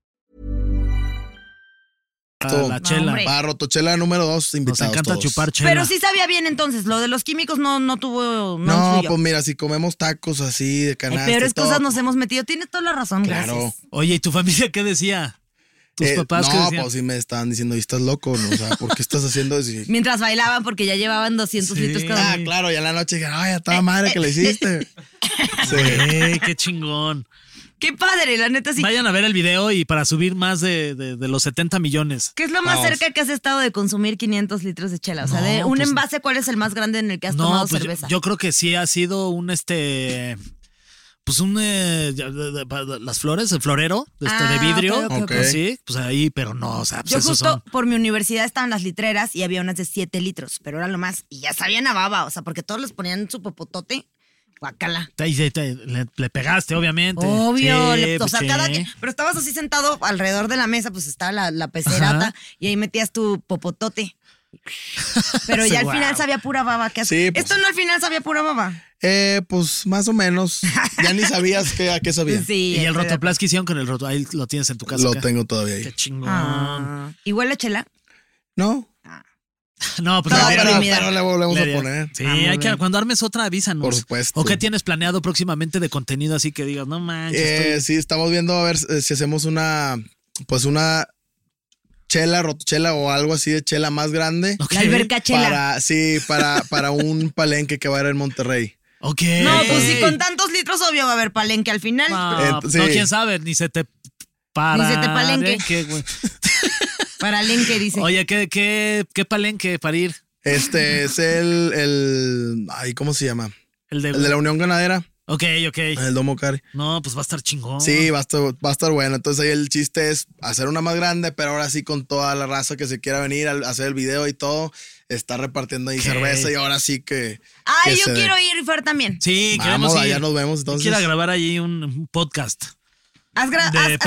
S3: A
S2: No,
S3: la chela.
S4: hombre.
S2: Para Rotochela número dos,
S3: Nos
S2: invitados.
S3: encanta
S2: todos.
S3: chupar chela.
S4: Pero sí sabía bien entonces, lo de los químicos no, no tuvo... No,
S2: No,
S4: influyó.
S2: pues mira, si comemos tacos así de
S4: Ay,
S2: canasta. y
S4: peores
S2: todo,
S4: cosas nos hemos metido. Tienes toda la razón,
S2: Claro.
S4: gracias.
S3: Oye, ¿y tu familia qué decía? ¿Tus
S2: eh,
S3: papás qué
S2: No,
S3: decían?
S2: pues sí me estaban diciendo, "Y estás loco, ¿no? o sea, ¿por qué estás haciendo eso? Y-
S4: Mientras bailaban porque ya llevaban 200
S3: Sí.
S4: litros cada
S2: Ah,
S4: uno.
S2: claro, ya en la noche dije, ay, a
S3: Eh,
S2: toda madre que le hiciste. Sí.
S3: Ey, qué chingón.
S4: Qué padre, la neta sí.
S3: Vayan a ver el video y para subir más de, de- de los 70 millones.
S4: ¿Qué es lo más
S2: Vamos.
S4: cerca que has estado de consumir 500 litros de chela? O sea,
S3: No,
S4: de un
S3: pues-
S4: envase, ¿cuál es el más grande en el que has
S3: No,
S4: tomado
S3: pues yo,
S4: cerveza?
S3: yo creo que sí ha sido un este. Pues un. eh, ya, de- de- pa- de- las flores, el florero de, este, de
S4: Ah,
S3: vidrio.
S4: ok,
S2: ok, ok.
S3: Pues sí, pues ahí, pero no, o sea, pues
S4: Yo
S3: esos
S4: justo
S3: son.
S4: por mi universidad estaban las litreras y había unas de 7 litros, pero eran lo más. Y ya sabían a baba, o sea, porque todos les ponían su popotote. Guacala.
S3: Te- te- te- le, le pegaste, obviamente.
S4: Obvio,
S3: Sí,
S4: le- o
S3: pues
S4: sea,
S3: sí.
S4: cada que- pero estabas así sentado alrededor de la mesa, pues estaba la, la pecerata
S3: Ajá.
S4: y ahí metías tu popotote. Pero ya al
S3: Guau.
S4: final sabía pura baba. ¿qué haces?
S2: Sí, pues.
S4: Esto no al final sabía pura baba.
S2: Eh, pues más o menos. Ya ni sabías que, a qué sabía.
S4: Sí.
S3: Y el
S4: estoy de
S3: rotoplas que hicieron con el roto, ahí lo tienes en tu casa.
S2: Lo
S3: acá.
S2: tengo todavía
S3: Qué
S2: ahí.
S3: chingón.
S4: Ah. ¿Y huele a chela?
S2: No,
S3: No, pues
S2: no,
S3: la
S4: Toda
S3: idea-
S2: pero,
S4: oprimida.
S2: pero le volvemos
S3: la
S2: a
S3: idea-
S2: poner.
S3: Sí,
S4: Ah, muy
S3: hay que,
S4: bien.
S3: cuando armes otra, avísanos.
S2: Por supuesto.
S3: ¿O qué tienes planeado próximamente de contenido así que digas, no manches?
S2: Eh,
S3: estoy-
S2: sí, estamos viendo a ver eh, si hacemos una, pues una chela, rotochela o algo así de chela más grande.
S3: Ok.
S4: La alberca chela.
S2: Para, sí, para, para un palenque que va a haber en Monterrey.
S3: Ok.
S4: No, pues sí, con tantos litros, obvio va a haber palenque al final.
S3: Ah,
S2: Eh,
S3: No,
S2: sí.
S3: quién sabe, ni se te para.
S4: Ni se te palenque.
S3: que, güey.
S4: Palenque dice.
S3: Oye, ¿qué, qué, qué palenque para ir?
S2: Este es el, el, ay, ¿cómo se llama?
S3: El de.
S2: El de la Unión Ganadera,
S3: Ok, ok.
S2: el Domo Cari.
S3: No, pues va a estar chingón.
S2: Sí, va a, estar, va a estar bueno. Entonces ahí el chiste es hacer una más grande, pero ahora sí con toda la raza que se quiera venir a hacer el video y todo, está repartiendo ahí
S3: Ok.
S2: cerveza y ahora sí que...
S4: Ay,
S2: que
S4: yo
S2: se dé.
S4: quiero ir, Fer, también.
S3: Sí, queremos
S2: Vamos,
S3: ir.
S2: allá nos vemos entonces.
S3: Quiero grabar allí un, un podcast
S4: Has gra-
S3: de
S4: has-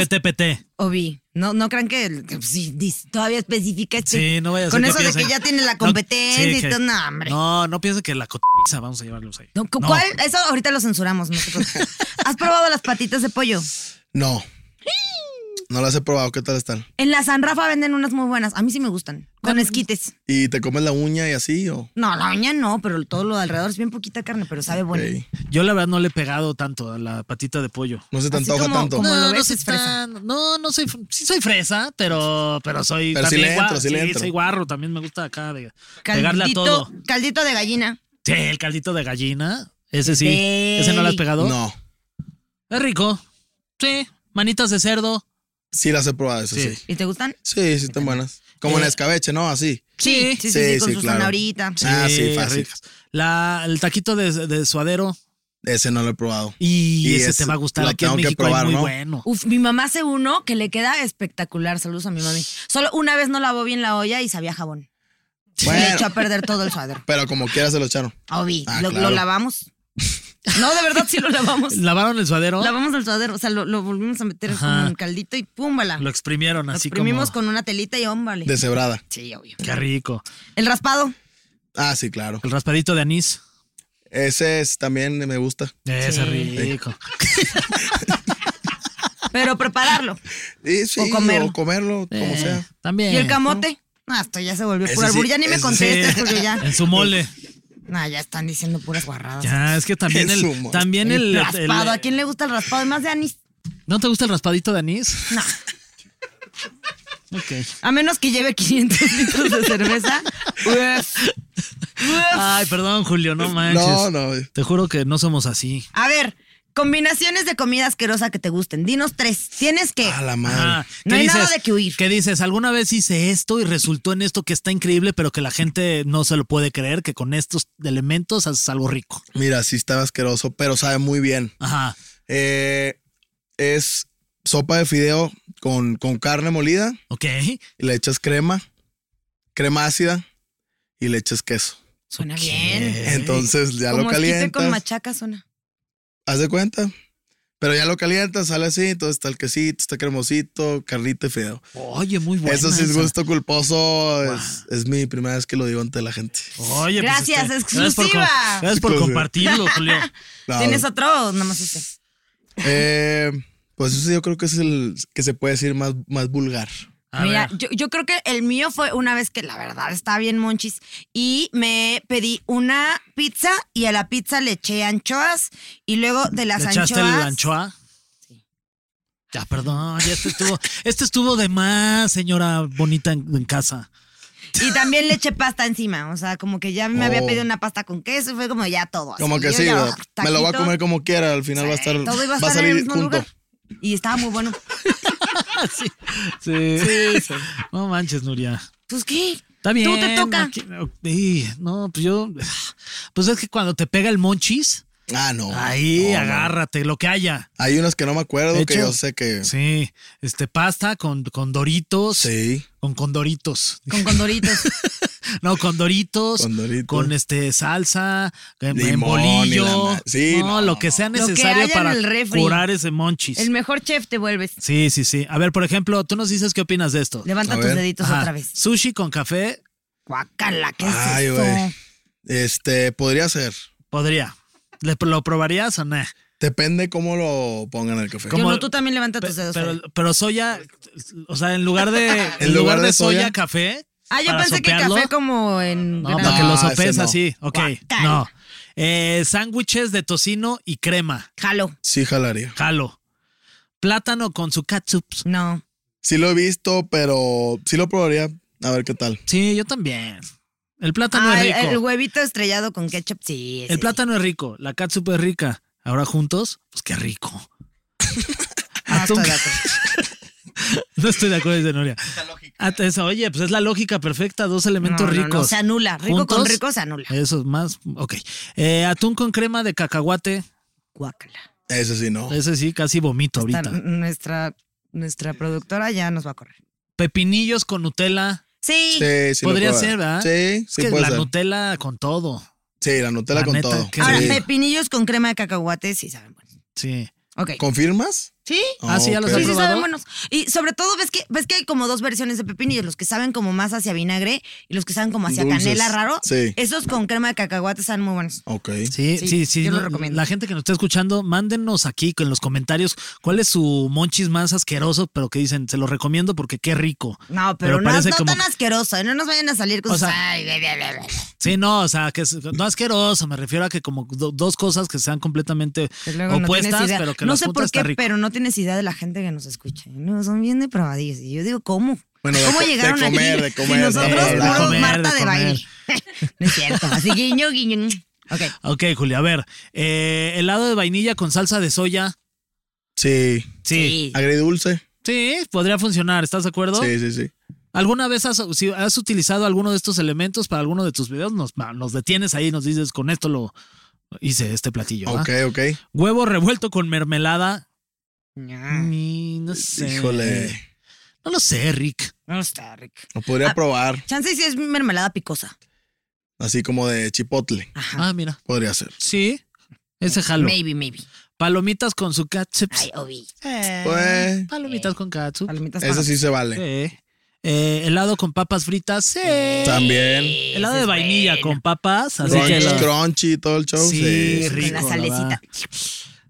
S4: has-
S3: PTPT.
S4: Obi, no, no crean que el- que sí, dice, todavía especifica este.
S3: Sí, no vaya a ser
S4: Con eso de
S3: piensen-
S4: que ya tiene la
S3: No,
S4: competencia
S3: sí,
S4: y
S3: que-
S4: todo, no, hombre.
S3: No, no piensen que la cotiza vamos a llevarlos ahí.
S4: No, ¿cu-
S3: No.
S4: ¿Cuál? Eso ahorita lo censuramos. no te preocupes. ¿Has probado las patitas de pollo?
S2: No. No las he probado. ¿Qué tal están?
S4: En la San Rafa venden unas muy buenas. A mí sí me gustan. Con esquites.
S2: ¿Y te comes la uña y así? O?
S4: No, la uña no, pero todo lo de alrededor es bien poquita carne, pero sabe bueno.
S2: Ey,
S3: Yo la verdad no le he pegado tanto a la patita de pollo.
S2: no se te
S4: Así
S2: antoja
S4: como-
S2: tanto.
S4: como- lo
S3: no,
S4: ves,
S3: soy
S4: es fresa.
S3: tan- no, no soy, fr- sí soy fresa, pero, pero soy
S2: Pero sí
S3: también
S2: le entro,
S3: gua-
S2: sí le entro.
S4: Caldito, caldito de gallina.
S3: Sí, el caldito de gallina, ese sí,
S4: Ey.
S3: ese no lo has pegado.
S2: No.
S3: Es rico, sí, manitas de cerdo,
S2: Sí, las he probado, eso sí. Sí,
S4: ¿Y te gustan?
S2: sí, están buenas. Como en escabeche, ¿no? Así.
S4: Sí, sí, sí,
S2: Sí,
S4: sí, con
S2: sí,
S4: su
S2: claro.
S4: zanahorita.
S2: Ah, sí, fácil.
S3: ricas. Eh, La, el taquito de, de suadero
S2: Ese no lo he probado.
S3: y,
S2: Y
S3: ese
S2: ese
S3: te va a gustar.
S2: lo
S3: Aquí en
S2: tengo que
S3: México
S2: probar,
S3: es muy
S2: ¿no?
S3: bueno.
S4: Uf, mi mamá hace uno que le queda espectacular. Saludos a mi mami. Solo una vez no lavó bien la olla y sabía a jabón. Le
S2: Bueno.
S4: echó a perder todo el suadero.
S2: Pero como quiera se lo echaron.
S4: Obi,
S2: Ah,
S4: lo,
S2: claro.
S4: lo lavamos. No, de verdad sí lo lavamos.
S3: ¿Lavaron el suadero?
S4: Lavamos el suadero, o sea, lo, lo volvimos a meter
S3: Ajá.
S4: con un caldito y púmbala.
S3: Lo
S4: Lo,
S3: exprimieron así
S4: exprimimos
S3: como.
S4: con una telita y ómbale.
S2: Deshebrada.
S4: Sí, obvio.
S3: Qué rico.
S4: El raspado.
S2: Ah, sí, claro.
S3: El raspadito de anís.
S2: Ese es, también me gusta.
S3: Ese rico.
S4: Pero prepararlo.
S2: Y sí,
S4: O comerlo. Eh,
S2: o comerlo, como sea.
S3: Eh, También.
S4: ¿Y el camote? No, esto ya se volvió
S2: Ese
S4: pura
S2: sí,
S4: albur. Ya ni me
S2: ese
S4: contestes
S3: sí.
S4: porque ya.
S3: En su mole.
S4: No, ya están diciendo puras guarradas.
S3: Ya, es que también
S2: En su
S3: el.
S2: mole.
S3: También el, el-
S4: Raspado. ¿A quién le gusta el raspado? Además de anís.
S3: ¿No te gusta el raspadito de anís? No. Ok.
S4: A menos que lleve 500 litros de cerveza. Uf. Uf.
S3: Ay, perdón, Julio, no manches.
S2: No, no.
S3: Te juro que no somos así.
S4: A ver, combinaciones de comida asquerosa que te gusten. Dinos tres. Tienes que.
S2: A la
S3: Ah,
S2: madre.
S3: ¿qué
S4: No hay nada de qué huir.
S3: ¿Qué dices? ¿Alguna vez hice esto y resultó en esto que está increíble, pero que la gente no se lo puede creer, que con estos elementos haces algo rico?
S2: Mira, sí estaba asqueroso, pero sabe muy bien.
S3: Ajá.
S2: Eh, es sopa de fideo con, con carne molida,
S3: Ok.
S2: y le echas crema, crema ácida y le echas queso.
S4: Suena bien.
S2: Entonces ya lo
S4: Como esquite con
S2: calientas.
S4: machaca suena.
S2: Haz de cuenta. Pero ya lo calientas, sale así, entonces está el quesito, está cremosito, carnita y fideo.
S3: Oye, muy bueno.
S2: Eso sí es gusto culposo. Es, es mi primera vez que lo digo ante la gente.
S3: Oye, pues,
S4: Gracias,
S3: Gracias por,
S4: exclusiva.
S3: com- gracias por
S2: Exclusiva.
S3: compartirlo, Julio.
S2: No,
S4: ¿Tienes otro o nada más este?
S2: eh, pues eso yo creo que es el que se puede decir más, más vulgar.
S3: A
S4: Mira,
S3: ver.
S4: yo, yo creo que el mío fue una vez que la verdad estaba bien monchis y me pedí una pizza y a la pizza le eché anchoas y luego de las
S3: ¿Le echaste el
S4: anchoas
S3: anchoa? Ya, perdón, ya este estuvo, este estuvo de más, señora bonita en, en casa.
S4: y también le eché pasta encima, o sea, como que ya me
S2: Oh.
S4: había pedido una pasta con queso y fue como ya todo. así.
S2: Como que
S4: Yo
S2: sí,
S4: ya, ah,
S2: ¿verdad? me lo voy a
S4: taquito,
S2: comer como quiera, al final va a estar,
S4: todo iba a
S2: va
S4: estar
S2: a
S4: en el
S2: salir
S4: mismo
S2: junto.
S4: lugar. Y estaba muy bueno.
S3: Sí. No manches, Nuria.
S4: Pues qué,
S3: Está bien.
S4: tú te toca.
S3: aquí- sí, no, pues yo. Pues es que cuando te pega el monchis,
S2: Ah, no.
S3: ahí
S2: No, no.
S3: agárrate, lo que haya.
S2: Hay unas que no me acuerdo
S3: De
S2: que
S3: hecho,
S2: yo sé que. Sí.
S3: Sí. Este, pasta con, con doritos. Con condoritos.
S4: con condoritos.
S3: No, con doritos.
S2: Con Doritos.
S3: Pues, con este salsa, en, en
S2: Limón y la
S3: bolillo.
S2: ma- sí,
S3: no,
S2: no,
S3: lo que
S2: no.
S3: sea
S4: Lo que
S3: necesario
S4: haya en
S3: para
S4: el refri.
S3: curar ese monchis.
S4: el mejor chef te vuelves.
S3: Sí, sí, sí. A ver, por ejemplo, tú nos dices qué opinas de esto.
S4: Levanta
S2: A
S4: tus
S2: ver.
S4: deditos
S3: Ajá.
S4: otra vez.
S3: Sushi con café
S4: Guácala, ¿qué es
S2: Ay,
S4: esto?
S2: güey. Este, podría ser.
S3: podría. ¿Le- ¿Lo probarías o no?
S2: Depende cómo lo pongan el café.
S3: ¿Cómo? Como-
S4: Yo no, tú también levanta tus dedos. Fede.
S3: Pero, pero soya, o sea, en lugar de, en lugar
S2: lugar
S3: de
S2: de
S3: soya,
S2: soya?
S3: café.
S4: Ah, yo
S3: para
S4: pensé
S3: sopearlo.
S4: que café como en
S3: No,
S4: grano.
S3: para que
S2: No,
S3: lo
S2: ese
S3: sopes
S2: no.
S3: así. Ok,
S4: Guacal.
S3: no. Eh, sándwiches de tocino y crema.
S4: Jalo.
S2: Sí, jalaría.
S3: Jalo. Plátano con su catsup.
S4: No.
S2: Sí lo he visto, pero sí lo probaría. A ver qué tal.
S3: Sí, yo también. El plátano
S4: Ah,
S3: es
S4: el,
S3: rico.
S4: el huevito estrellado con ketchup, sí. ese
S3: El plátano es rico, la catsup es rica. Ahora juntos, pues qué rico.
S4: sí. Ah,
S3: Atún-
S4: estoy de acuerdo.
S3: no estoy de acuerdo, dice Nuria. Ah, esa- Oye, pues es la lógica perfecta, dos elementos
S4: No, no, no,
S3: ricos.
S4: se anula. Rico con
S3: Juntos,
S4: rico se anula.
S3: Eso es más, ok. Eh, atún con crema de cacahuate,
S4: Guácala.
S2: Ese sí, no.
S3: ese sí, casi vomito
S4: Está-
S3: ahorita.
S4: Nuestra, nuestra productora ya nos va a correr.
S3: Pepinillos con Nutella.
S4: Sí.
S2: Sí, sí lo
S3: podría
S2: probaría.
S3: ser, ¿verdad?
S2: Sí,
S3: Es
S2: sí
S3: que
S2: puede
S3: la
S2: ser.
S3: Nutella con todo.
S2: Sí, la Nutella
S3: La
S2: con
S3: neta,
S2: todo.
S3: qué
S4: Ahora,
S2: Sí.
S4: pepinillos con crema de cacahuate, sí saben buenos.
S3: Sí.
S4: Ok.
S2: ¿Confirmas?
S4: ¿Sí?
S3: Ah, sí, ya los
S2: Ok.
S3: has
S4: Sí, sí
S3: probado?
S4: saben buenos. Y sobre todo, ves que, ves que hay como dos versiones de pepinillos, los que saben como más hacia vinagre y los que saben como hacia
S2: Dulces.
S4: canela raro.
S2: Sí.
S4: Esos con crema de cacahuate saben muy buenos.
S2: Ok.
S3: Sí, sí,
S4: Sí,
S3: sí.
S4: yo lo
S3: la-
S4: recomiendo.
S3: La gente que nos está escuchando, mándenos aquí con los comentarios cuál es su monchis más asqueroso, pero que dicen, se lo recomiendo porque qué rico.
S4: No, pero, no,
S3: parece
S4: no
S3: como-
S4: tan asqueroso. ¿eh? No nos vayan a salir con
S3: O
S4: sus,
S3: sea-
S4: "Ay, bla, bla, bla, bla".
S3: Sí, no, o sea, que es, no asqueroso, me refiero a que como do- dos cosas que sean completamente
S4: Que luego no tienes
S3: opuestas,
S4: idea.
S3: pero que
S4: No
S3: las
S4: sé
S3: juntas
S4: por
S3: está
S4: qué,
S3: rico.
S4: pero no tienes idea de la gente que nos escucha. ¿eh? No, son bien depravadillos. Y yo digo, ¿cómo?
S2: Bueno, de
S4: ¿Cómo
S2: co- de
S4: llegaron
S2: comer,
S4: aquí?
S2: de
S4: Y
S2: comer,
S4: nosotros,
S2: de comer, de
S4: puros
S3: comer,
S4: Marta
S3: de
S4: de,
S3: comer.
S4: baile. no es cierto. Así guiño, guiño. Ok.
S3: Ok, Julio, a ver, eh, helado de vainilla con salsa de soya.
S2: Sí.
S3: Sí.
S4: Sí.
S2: Agridulce.
S3: Sí, podría funcionar, ¿estás de acuerdo?
S2: Sí, sí, sí.
S3: ¿Alguna vez has, si has utilizado alguno de estos elementos para alguno de tus videos? Nos, nos detienes ahí, nos dices, con esto lo hice este platillo. ¿va?
S2: Ok, ok.
S3: Huevo revuelto con mermelada.
S4: No
S3: Mm, no sé.
S2: Híjole.
S3: No lo sé, Rick.
S4: está rico.
S2: Lo podría
S4: Ah.
S2: probar,
S4: Chance si es mermelada picosa.
S2: así como de chipotle.
S4: Ajá.
S3: Ah, mira.
S2: Podría ser.
S3: Sí. Ese jalo.
S4: Maybe, maybe.
S3: Palomitas con su ketchup.
S4: Ay, Obi.
S3: Eh,
S2: Pues,
S3: palomitas con ketchup.
S4: Palomitas
S2: eso
S4: con-
S2: sí se vale.
S3: Sí. Eh, helado con papas fritas. Sí.
S2: También.
S3: Helado de vainilla con papas. Así que
S2: Crunch,
S3: lo-
S2: crunchy, todo el show.
S3: Sí,
S2: Sí,
S3: rico.
S4: Con la
S3: la
S4: salecita.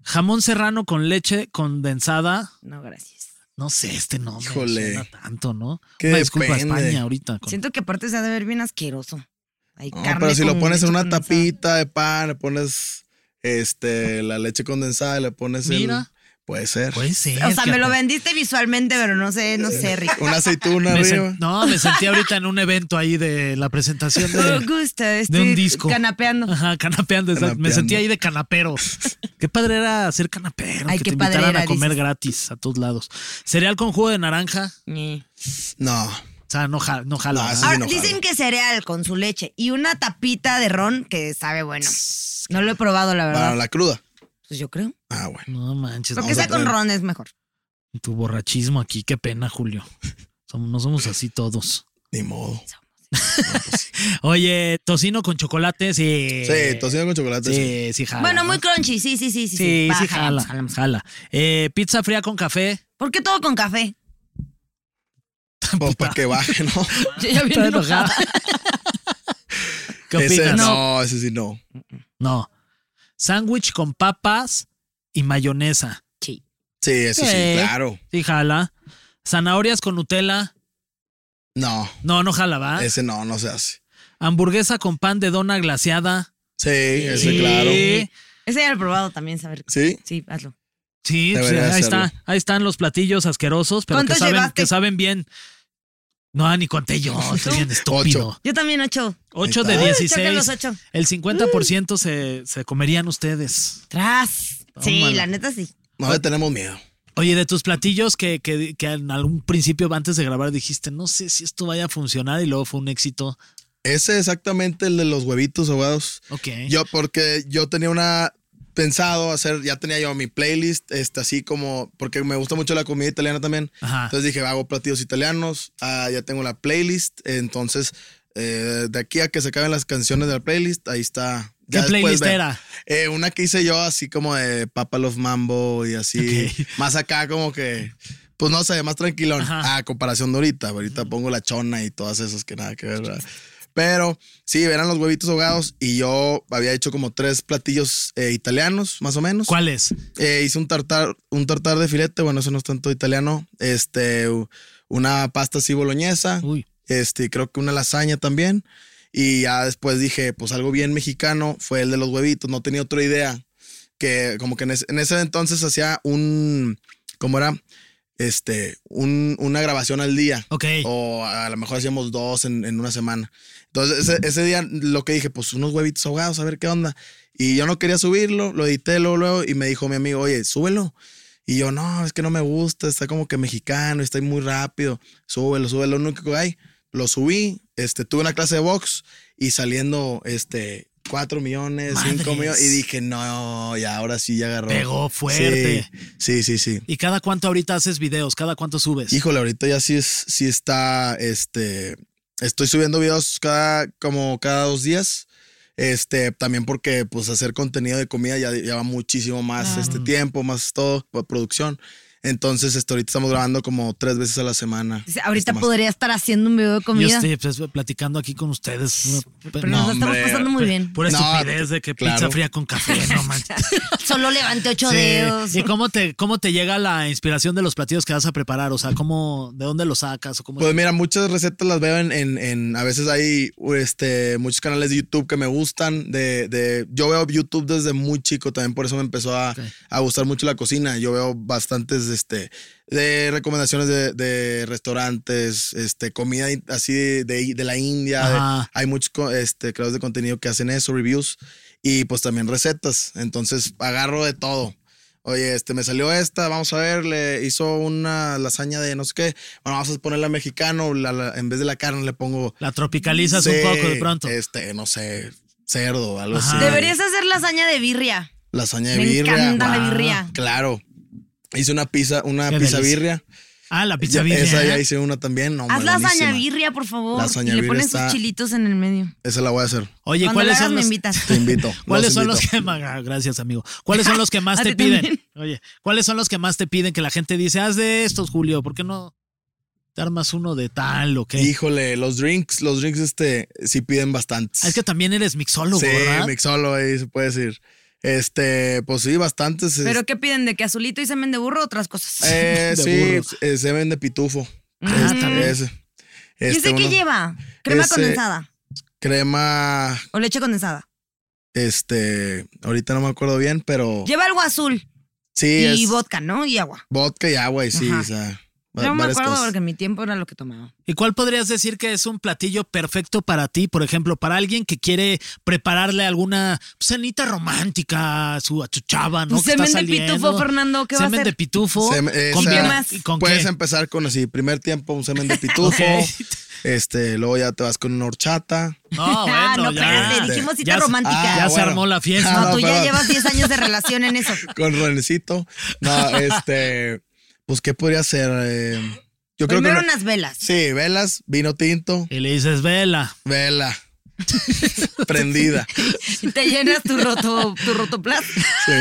S3: Jamón serrano con leche condensada.
S4: No, gracias.
S3: No sé, este no me
S2: Híjole.
S3: suena tanto, ¿no?
S2: Que
S3: Una disculpa a
S2: depende.
S3: pues, España ahorita. con-
S4: Siento que aparte se ha de ver bien asqueroso. Ay,
S2: No,
S4: carne
S2: pero si lo
S4: con
S2: pones en una
S4: leche condensada.
S2: tapita de pan, le pones este la leche condensada y le pones el-
S3: Mira.
S2: Puede ser.
S3: Puede ser.
S4: O sea,
S3: que
S4: me lo
S3: hasta-
S4: vendiste visualmente, pero no sé, no sé, rico.
S2: Una aceituna
S3: Me
S2: arriba.
S3: sen- No, me sentí ahorita en un evento ahí de la presentación
S4: Me
S3: de.
S4: gusta,
S3: de
S4: estoy
S3: un disco. Ah.
S4: canapeando.
S3: Ajá, canapeando, exacto. Me
S2: Canapeando.
S3: sentí ahí de canapero. Qué padre era ser canapero.
S4: Ay,
S3: que
S4: qué
S3: te
S4: padre
S3: invitaran
S4: era,
S3: a comer
S4: dices.
S3: gratis a todos lados. Cereal con jugo de naranja.
S4: Ñe.
S2: No.
S3: O sea, no, ja- no jala.
S2: No,
S3: ¿verdad?
S2: eso
S4: Ahora,
S2: enojado.
S4: dicen que cereal con su leche y una tapita de ron que sabe bueno. No lo he probado, la verdad.
S2: Para la cruda.
S4: Pues yo creo.
S2: Ah, bueno.
S3: No manches.
S4: Lo
S3: no,
S4: que
S2: vamos a
S4: sea con
S2: poner-
S4: ron es mejor.
S3: Tu borrachismo aquí, qué pena, Julio. Somos- no somos así todos.
S2: Ni modo.
S3: Oye, tocino con chocolate, sí.
S2: Sí, tocino con chocolate. sí.
S3: Sí, sí, jala.
S4: bueno,
S3: ¿no?
S4: muy crunchy, sí, sí, sí, sí.
S3: Sí,
S4: Va,
S3: sí,
S4: jalamos,
S3: jala.
S4: jalamos.
S3: jala. Eh, pizza fría con café.
S4: ¿Por qué todo con café?
S2: Pues para que baje, ¿no?
S4: Yo ya bien
S3: Está
S4: enojada.
S3: enojada. ¿Qué
S2: ese
S3: opinas?
S2: no.
S3: No.
S2: ese sí no.
S3: Sándwich con papas y mayonesa.
S4: Sí.
S2: Sí, ese sí,
S3: Sí.
S2: claro.
S3: Sí, jala. Zanahorias con Nutella.
S2: No,
S3: No, no jala, ¿va?
S2: ese no, no se hace.
S3: Hamburguesa con pan de dona glaseada.
S2: Sí, ese
S3: Sí.
S2: claro.
S4: Ese ya lo he probado también, saber.
S2: Sí.
S4: Sí, hazlo.
S3: Sí, pues,
S2: Debería
S3: ahí,
S2: hacerlo.
S3: está, ahí están los platillos asquerosos, pero que
S4: ¿Cuántos
S3: saben,
S4: llevaste?
S3: que saben bien. No, ni conté yo, estoy bien estúpido.
S4: Yo también ocho.
S3: 8
S2: Ahí
S3: de
S2: está.
S4: Uy, choquen los
S3: 16.
S4: ocho.
S3: El 50% se, se comerían ustedes.
S4: Tras. Sí,
S3: Tómala.
S4: la neta sí.
S2: No le tenemos miedo.
S3: Oye, de tus platillos que, que, que en algún principio antes de grabar dijiste, no sé si esto vaya a funcionar y luego fue un éxito.
S2: Ese exactamente el de los huevitos ahogados.
S3: Ok.
S2: Yo, porque yo tenía una pensado hacer, ya tenía yo mi playlist, este, así como, porque me gusta mucho la comida italiana también.
S3: Ajá.
S2: Entonces dije, hago platillos italianos, ah, ya tengo la playlist, entonces eh, de aquí a que se acaben las canciones de la playlist, ahí está.
S3: ¿Qué
S2: Ya después
S3: playlist
S2: ver.
S3: era?
S2: Eh, una que hice yo así como de Papa Love Mambo y así,
S3: Ok.
S2: más acá como que, pues no sé, más tranquilón,
S3: Ajá.
S2: a comparación de ahorita, ahorita pongo la chona y todas esas que nada que ver, ¿verdad? Pero sí, eran los huevitos ahogados y yo había hecho como tres platillos eh, italianos, más o menos.
S3: ¿Cuál es?
S2: Eh, hice un tartar, un tartar de filete, bueno, eso no es tanto italiano. Este, u- una pasta así boloñesa.
S3: Uy.
S2: Este, creo que una lasaña también. Y ya después dije, pues algo bien mexicano fue el de los huevitos. No tenía otra idea. Que como que en ese, en ese entonces hacía un, ¿cómo era? Este, un- una grabación al día.
S3: Ok.
S2: O a lo mejor hacíamos dos en, en una semana. Entonces, ese, ese día lo que dije, pues unos huevitos ahogados, a ver qué onda. Y yo no quería subirlo, lo edité luego, luego y me dijo mi amigo, oye, súbelo. Y yo, no, es que no me gusta, está como que mexicano, está muy rápido, súbelo, súbelo, nunca que hay. Lo subí, este, tuve una clase de box y saliendo, este, 4 millones, 5
S3: Madres.
S2: millones. Y dije, no, ya ahora sí ya agarró.
S3: Pegó fuerte.
S2: Sí, sí, sí. sí.
S3: ¿Y cada cuánto ahorita haces videos? ¿Cada cuánto subes?
S2: Híjole, ahorita ya sí, es, sí está, este, estoy subiendo videos cada, como cada dos días. Este, también porque pues hacer contenido de comida ya lleva muchísimo más
S4: Ah.
S2: este tiempo, más todo, pues, producción. Entonces, este, ahorita estamos grabando como tres veces a la semana.
S4: Dice, Ahorita
S2: Este, más.
S4: podría estar haciendo un video de
S3: Yo
S4: comida.
S3: estoy pues, platicando aquí con ustedes. Una-
S4: Oh, Pero nos
S2: No,
S4: lo estamos
S2: hombre.
S4: pasando muy bien.
S3: Pura
S2: No,
S3: estupidez de que pizza
S2: claro.
S3: fría con café, no manches.
S4: Solo levanté ocho
S3: Sí.
S4: dedos.
S3: ¿Y cómo te, cómo te llega la inspiración de los platillos que vas a preparar? O sea, ¿cómo, ¿de dónde los sacas? ¿O cómo
S2: Pues mira, muchas recetas las veo en, en- en- a veces hay este, muchos canales de YouTube que me gustan. De, de- yo veo YouTube desde muy chico, también por eso me empezó a, a gustar mucho la cocina. Yo veo bastantes este, de recomendaciones de, de restaurantes, este, comida in- así de, de- de la India. de-
S3: Ajá.
S2: hay muchos co- este, creadores de contenido que hacen eso, reviews y pues también recetas. Entonces agarro de todo. Oye, este, me salió esta, vamos a ver, le hizo una lasaña de no sé qué. Bueno, vamos a ponerla mexicano, la- la- en vez de la carne le pongo.
S3: La tropicalizas un
S2: Sí,
S3: poco de pronto.
S2: Este, no sé, cerdo, algo
S3: Ajá.
S2: así.
S4: Deberías hacer lasaña de birria.
S2: Lasaña de
S4: Me
S2: birria.
S4: encanta la
S2: Guau.
S4: birria.
S2: Claro. Hice una pizza, una
S3: Qué
S2: pizza
S3: delicia.
S2: birria.
S3: Ah, la pizza
S2: Ya-
S3: birria.
S2: Esa ya
S3: ¿eh?
S2: hice una también. No,
S4: Haz
S2: hombre,
S4: lasaña
S2: buenísima.
S4: birria, por favor.
S2: Lasaña
S4: y le
S2: birria
S4: ponen
S2: está-
S4: sus chilitos en el medio.
S2: Esa la voy a hacer.
S3: Oye,
S4: Cuando
S3: ¿cuáles
S4: la hagas,
S3: son
S4: me
S3: los,
S4: invitas.
S2: Te invito.
S3: ¿cuáles son los
S2: invito.
S3: que más- gracias, amigo? ¿Cuáles son los que más
S4: A
S3: te
S4: ti
S3: piden?
S4: también.
S3: Oye, ¿cuáles son los que más te piden que la gente dice, haz de estos, Julio? ¿Por qué no te armas uno de tal o qué?
S2: Híjole, los drinks, los drinks, este, sí piden bastantes.
S3: Ah, Es que también eres mixólogo,
S2: sí,
S3: ¿verdad?
S2: mixolo, ahí se puede decir. Este, pues sí, bastantes. es-
S4: ¿Pero qué piden? ¿De que azulito y semen de burro o otras cosas?
S2: eh,
S3: De burros.
S2: sí, eh, se vende pitufo. Este,
S3: Ah,
S4: Ujú.
S3: también.
S2: Ese.
S4: ¿Y
S2: Este,
S4: ese qué
S2: uno- Este,
S4: lleva? ¿Crema
S2: ese-
S4: condensada
S2: Crema,
S4: o leche condensada?
S2: este, ahorita no me acuerdo bien, pero
S4: Lleva algo azul
S2: Oh. sí,
S4: y
S2: es
S4: vodka, ¿no? Y agua.
S2: vodka y agua, y sí,
S4: Ajá.
S2: o sea, va-
S4: Yo me
S2: varias
S4: acuerdo
S2: cosas.
S4: porque en mi tiempo era lo que tomaba.
S3: ¿Y cuál podrías decir que es un platillo perfecto para ti? Por ejemplo, para alguien que quiere prepararle alguna cenita romántica a su, a su chava, ¿no?
S4: Pues
S3: Que está
S4: semen de
S3: saliendo.
S4: pitufo, Fernando, ¿qué va a
S3: semen
S4: hacer?
S3: de pitufo.
S2: Semen- eh,
S3: ¿Con
S2: o
S3: qué
S2: sea,
S3: más? ¿Y con
S2: Puedes
S3: qué?
S2: empezar con así, primer tiempo un semen de pitufo, este, luego ya te vas con una horchata.
S3: No,
S4: Ah,
S3: bueno,
S4: no,
S3: ya.
S4: espérate, dijimos cita
S3: Ya se-
S4: romántica.
S3: ya
S2: Ah,
S3: se
S2: bueno.
S3: armó la fiesta.
S2: Ah,
S4: no,
S2: no,
S4: tú ya
S2: perdón.
S4: llevas 10 años de relación en eso.
S2: con Renecito. No, este, pues, ¿qué podría ser? Eh, yo creo que.
S4: Primero
S2: lo-
S4: unas velas.
S2: Sí, velas, vino tinto,
S3: Y le dices, vela.
S2: vela. prendida.
S4: Y Te llenas tu roto, tu rotoplas
S2: Sí.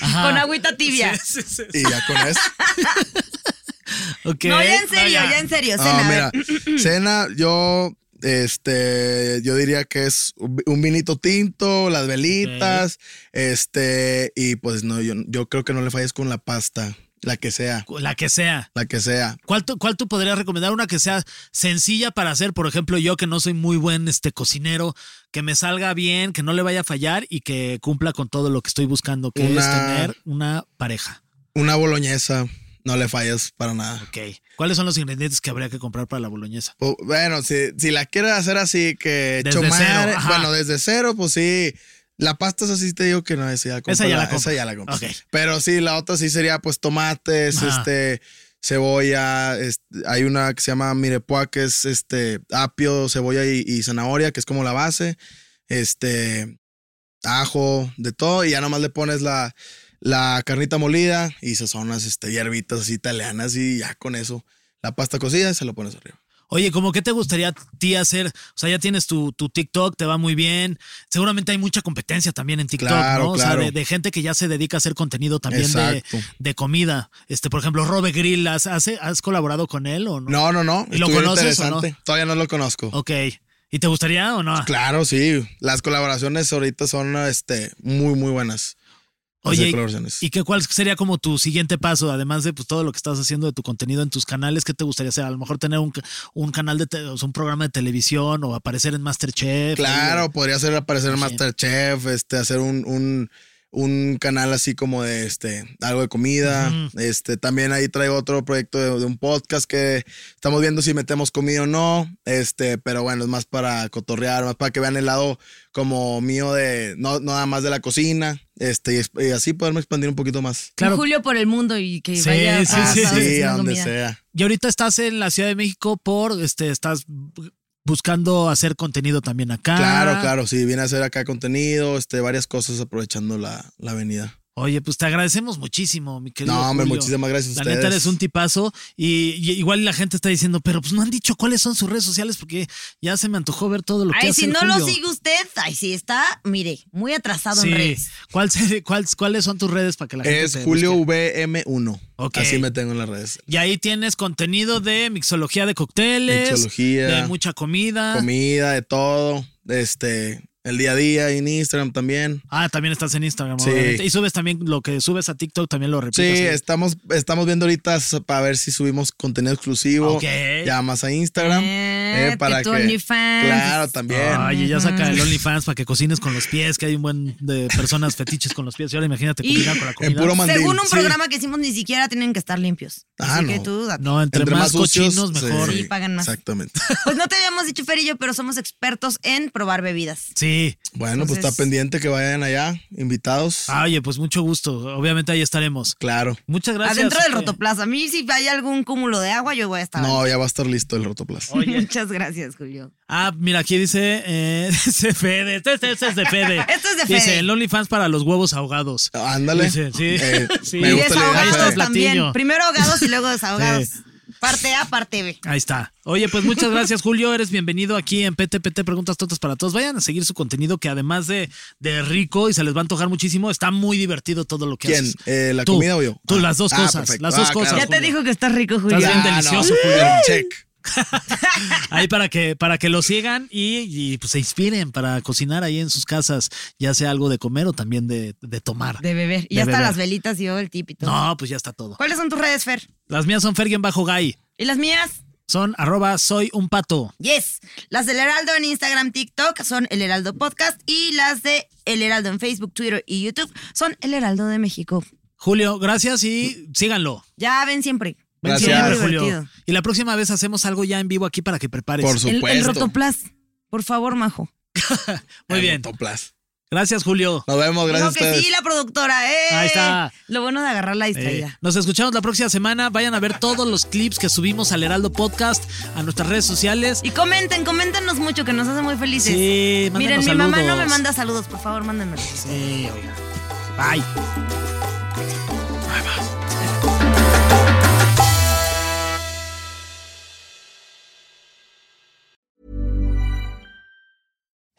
S3: Ajá.
S4: con agüita tibia.
S3: Ah, Sí, sí, sí.
S2: Y ya con eso.
S3: Ok.
S4: No, ya en serio,
S3: No,
S4: ya en serio,
S3: Ah,
S2: No,
S4: cena. a ver.
S2: Ah, mira, cena, yo. Este, yo diría que es un vi- un vinito tinto, las velitas, este, y pues no, yo, yo creo que no le falles con la pasta, la que sea,
S3: La que sea.
S2: la que sea.
S3: ¿Cuál tú, ¿Cuál tú podrías recomendar? Una que sea sencilla para hacer, por ejemplo, yo que no soy muy buen este, cocinero, que me salga bien, que no le vaya a fallar y que cumpla con todo lo que estoy buscando, que es
S2: Una-
S3: tener una pareja.
S2: Una boloñesa, no le fallas para nada.
S3: Ok. ¿Cuáles son los ingredientes que habría que comprar para la boloñesa?
S2: Pues, Bueno, si, si la quieres hacer así que
S3: Desde
S2: hecho madre,
S3: cero, ajá.
S2: bueno, desde cero, pues sí. La pasta esa sí te digo que no es ya
S3: Esa ya la compras.
S2: esa ya la compras.
S3: Ok.
S2: Pero sí, la otra sí sería pues tomates,
S3: Ajá.
S2: este cebolla, este, hay una que se llama mirepoix que es este apio, cebolla y, y zanahoria, que es como la base, este ajo, de todo y ya nomás le pones la la carnita molida y sazonas este hierbitas así italianas y ya con eso la pasta cocida y se lo pones arriba.
S3: Oye, ¿cómo qué te gustaría a ti hacer? O sea, ya tienes tu, tu TikTok, te va muy bien. Seguramente hay mucha competencia también en TikTok,
S2: Claro,
S3: ¿no? O sea,
S2: claro.
S3: de, de gente que ya se dedica a hacer contenido también de,
S2: Exacto.
S3: de comida. Este, por ejemplo, Robe Grill, ¿has, hace- has colaborado con él o no?
S2: No, no, no.
S3: ¿Y lo
S2: Estuvo
S3: conoces o no? Oh.
S2: interesante. Todavía no lo conozco.
S3: Ok. ¿Y te gustaría o no?
S2: Claro, sí. Las colaboraciones ahorita son este, muy, muy buenas. Las
S3: Oye,
S2: colaboraciones.
S3: ¿y qué cuál sería como tu siguiente paso? Además de pues, todo lo que estás haciendo de tu contenido en tus canales, ¿qué te gustaría hacer? A lo mejor tener un, ca- un canal de te- o sea, un programa de televisión o aparecer en Masterchef.
S2: claro,
S3: ahí,
S2: podría ser aparecer en
S3: Sí.
S2: Masterchef, este, hacer un, un, un canal así como de este, algo de comida.
S3: Ujú.
S2: Este, también ahí traigo otro proyecto de, de un podcast que estamos viendo si metemos comida o no. Este, pero bueno, es más para cotorrear, más para que vean el lado como mío de, no, no nada más de la cocina. Este, y exp- y así poderme expandir un poquito más.
S3: claro.
S4: Julio por el mundo y que
S3: Sí,
S4: vaya
S3: sí,
S4: a
S2: Ah,
S3: sí, sí.
S2: sí, a donde
S4: comida.
S2: sea.
S3: Y ahorita estás en la Ciudad de México por, este, estás bu- buscando hacer contenido también acá.
S2: Claro, claro, sí, viene a hacer acá contenido, este, varias cosas aprovechando la, la avenida.
S3: Oye, pues te agradecemos muchísimo, mi querido.
S2: No, hombre,
S3: Julio.
S2: muchísimas gracias a
S3: La
S2: ustedes.
S3: neta eres un tipazo y, y igual la gente está diciendo, pero pues no han dicho cuáles son sus redes sociales porque ya se me antojó ver todo lo que
S4: Ay,
S3: hace
S4: si
S3: el
S4: no lo
S3: Julio.
S4: sigue usted, ay, sí está, mire, muy atrasado
S3: Sí.
S4: en redes.
S3: ¿Cuál se- cuál- ¿Cuáles son tus redes para que la gente
S2: Es
S3: te
S2: Julio
S3: busque?
S2: VM1.
S3: Ok.
S2: Así me tengo en las redes.
S3: Y ahí tienes contenido de mixología de cócteles,
S2: Mixología.
S3: de mucha
S4: Ah.
S3: comida.
S2: Comida, de todo, este, el día a día en Instagram también.
S3: Ah, también estás en Instagram.
S2: Sí.
S3: obviamente. Y subes también lo que subes a TikTok, también lo
S2: Sí,
S3: repitas.
S2: estamos, estamos viendo ahorita s- para ver si subimos contenido exclusivo.
S3: Ok.
S2: Ya más a Instagram.
S4: Eh,
S2: eh, para
S4: que tu
S2: que.
S4: OnlyFans.
S2: Claro, también.
S3: Oye, ya saca el OnlyFans para que cocines con los pies, que hay un buen de personas fetiches con los pies. Y ahora imagínate
S4: Y-
S3: combinar con la
S2: en
S3: comida.
S2: puro mandil.
S4: Según un
S2: sí.
S4: programa que hicimos, ni siquiera tienen que estar limpios.
S2: Ah,
S4: Así que
S2: no.
S4: tú, date.
S3: no, entre, más,
S2: sucios,
S3: cochinos,
S2: sí.
S3: mejor.
S4: Sí, pagan más.
S2: Exactamente.
S4: Pues no te habíamos dicho, Fer y yo, pero somos expertos en probar bebidas.
S3: Sí, Sí.
S2: Bueno, pues
S4: Entonces-
S2: está pendiente que vayan allá, invitados.
S3: Ah, Oye, pues mucho gusto. Obviamente ahí estaremos.
S2: Claro.
S3: Muchas gracias.
S4: Adentro del
S3: Eh,
S4: rotoplaza. A mí, si hay algún cúmulo de agua, yo voy a estar.
S2: No, ya va a estar listo el Rotoplas.
S3: Oye.
S4: Muchas gracias, Julio.
S3: Ah, mira, aquí dice, eh, dice Fede. Este, este- este es de Fede.
S4: Esto es de
S3: Dice,
S4: Fede.
S3: el OnlyFans para los huevos ahogados.
S2: Ándale.
S3: Dice, sí.
S2: Eh,
S3: Sí.
S2: Me
S4: Y
S2: gusta la idea.
S3: Ahí está el
S4: desahogados
S2: Fede.
S3: platillo.
S4: también. Primero ahogados y luego desahogados.
S3: Sí.
S4: Parte A, parte B.
S3: Ahí está. Oye, pues muchas gracias, Julio. Eres bienvenido aquí en PTPT Preguntas Tontas para Todos. Vayan a seguir su contenido que además de, de rico y se les va a antojar muchísimo, está muy divertido todo lo que
S2: ¿Quién?
S3: haces.
S2: Eh, ¿La
S3: Tú.
S2: comida o yo?
S3: Tú,
S2: Ah.
S3: las dos
S2: Ah,
S3: cosas.
S2: perfecto.
S3: Las dos
S2: Ah,
S3: cosas.
S2: claro.
S4: Ya te dijo que estás rico, Julio.
S3: Estás bien
S2: Ah, no.
S3: delicioso,
S2: Pero
S3: Julio.
S2: Check.
S3: Ahí para que, para que lo sigan y, y, pues, se inspiren para cocinar ahí en sus casas, ya sea algo de comer o también de, de tomar.
S4: De beber. Y
S3: De
S4: hasta
S3: beber.
S4: las velitas y yo el típico.
S3: No, pues ya está todo.
S4: ¿Cuáles son tus redes, Fer?
S3: Las mías son Fergien Bajo Gay.
S4: ¿Y las mías?
S3: Son arroba soy un pato.
S4: Yes. Las del Heraldo en Instagram, TikTok son El Heraldo Podcast y las de El Heraldo en Facebook, Twitter y YouTube son El Heraldo de México.
S3: Julio, gracias y síganlo.
S4: Ya ven siempre.
S3: Ven
S2: Gracias.
S3: siempre,
S4: Muy
S3: Julio.
S4: divertido.
S3: Y la próxima vez hacemos algo ya en vivo aquí para que prepares.
S2: Por
S4: El, el
S2: supuesto.
S4: Rotoplas. Por favor, Majo.
S3: Muy
S2: El
S3: bien.
S2: Rotoplas.
S3: Gracias, Julio.
S2: Nos vemos, gracias
S4: Dijo
S2: a
S4: que
S2: ustedes.
S4: sí, la productora. ¡eh!
S3: Ahí está.
S4: Lo bueno de agarrar la
S3: Eh,
S4: distraída.
S3: nos escuchamos la próxima semana. Vayan a ver todos los clips que subimos al Heraldo Podcast, a nuestras redes sociales.
S4: Y comenten, coméntenos mucho, que nos hace muy felices.
S3: Sí,
S4: Miren,
S3: mándenos
S4: mi mamá no
S3: saludos.
S4: me manda saludos, por favor, mándenmelo.
S3: Sí, oiga. Bye.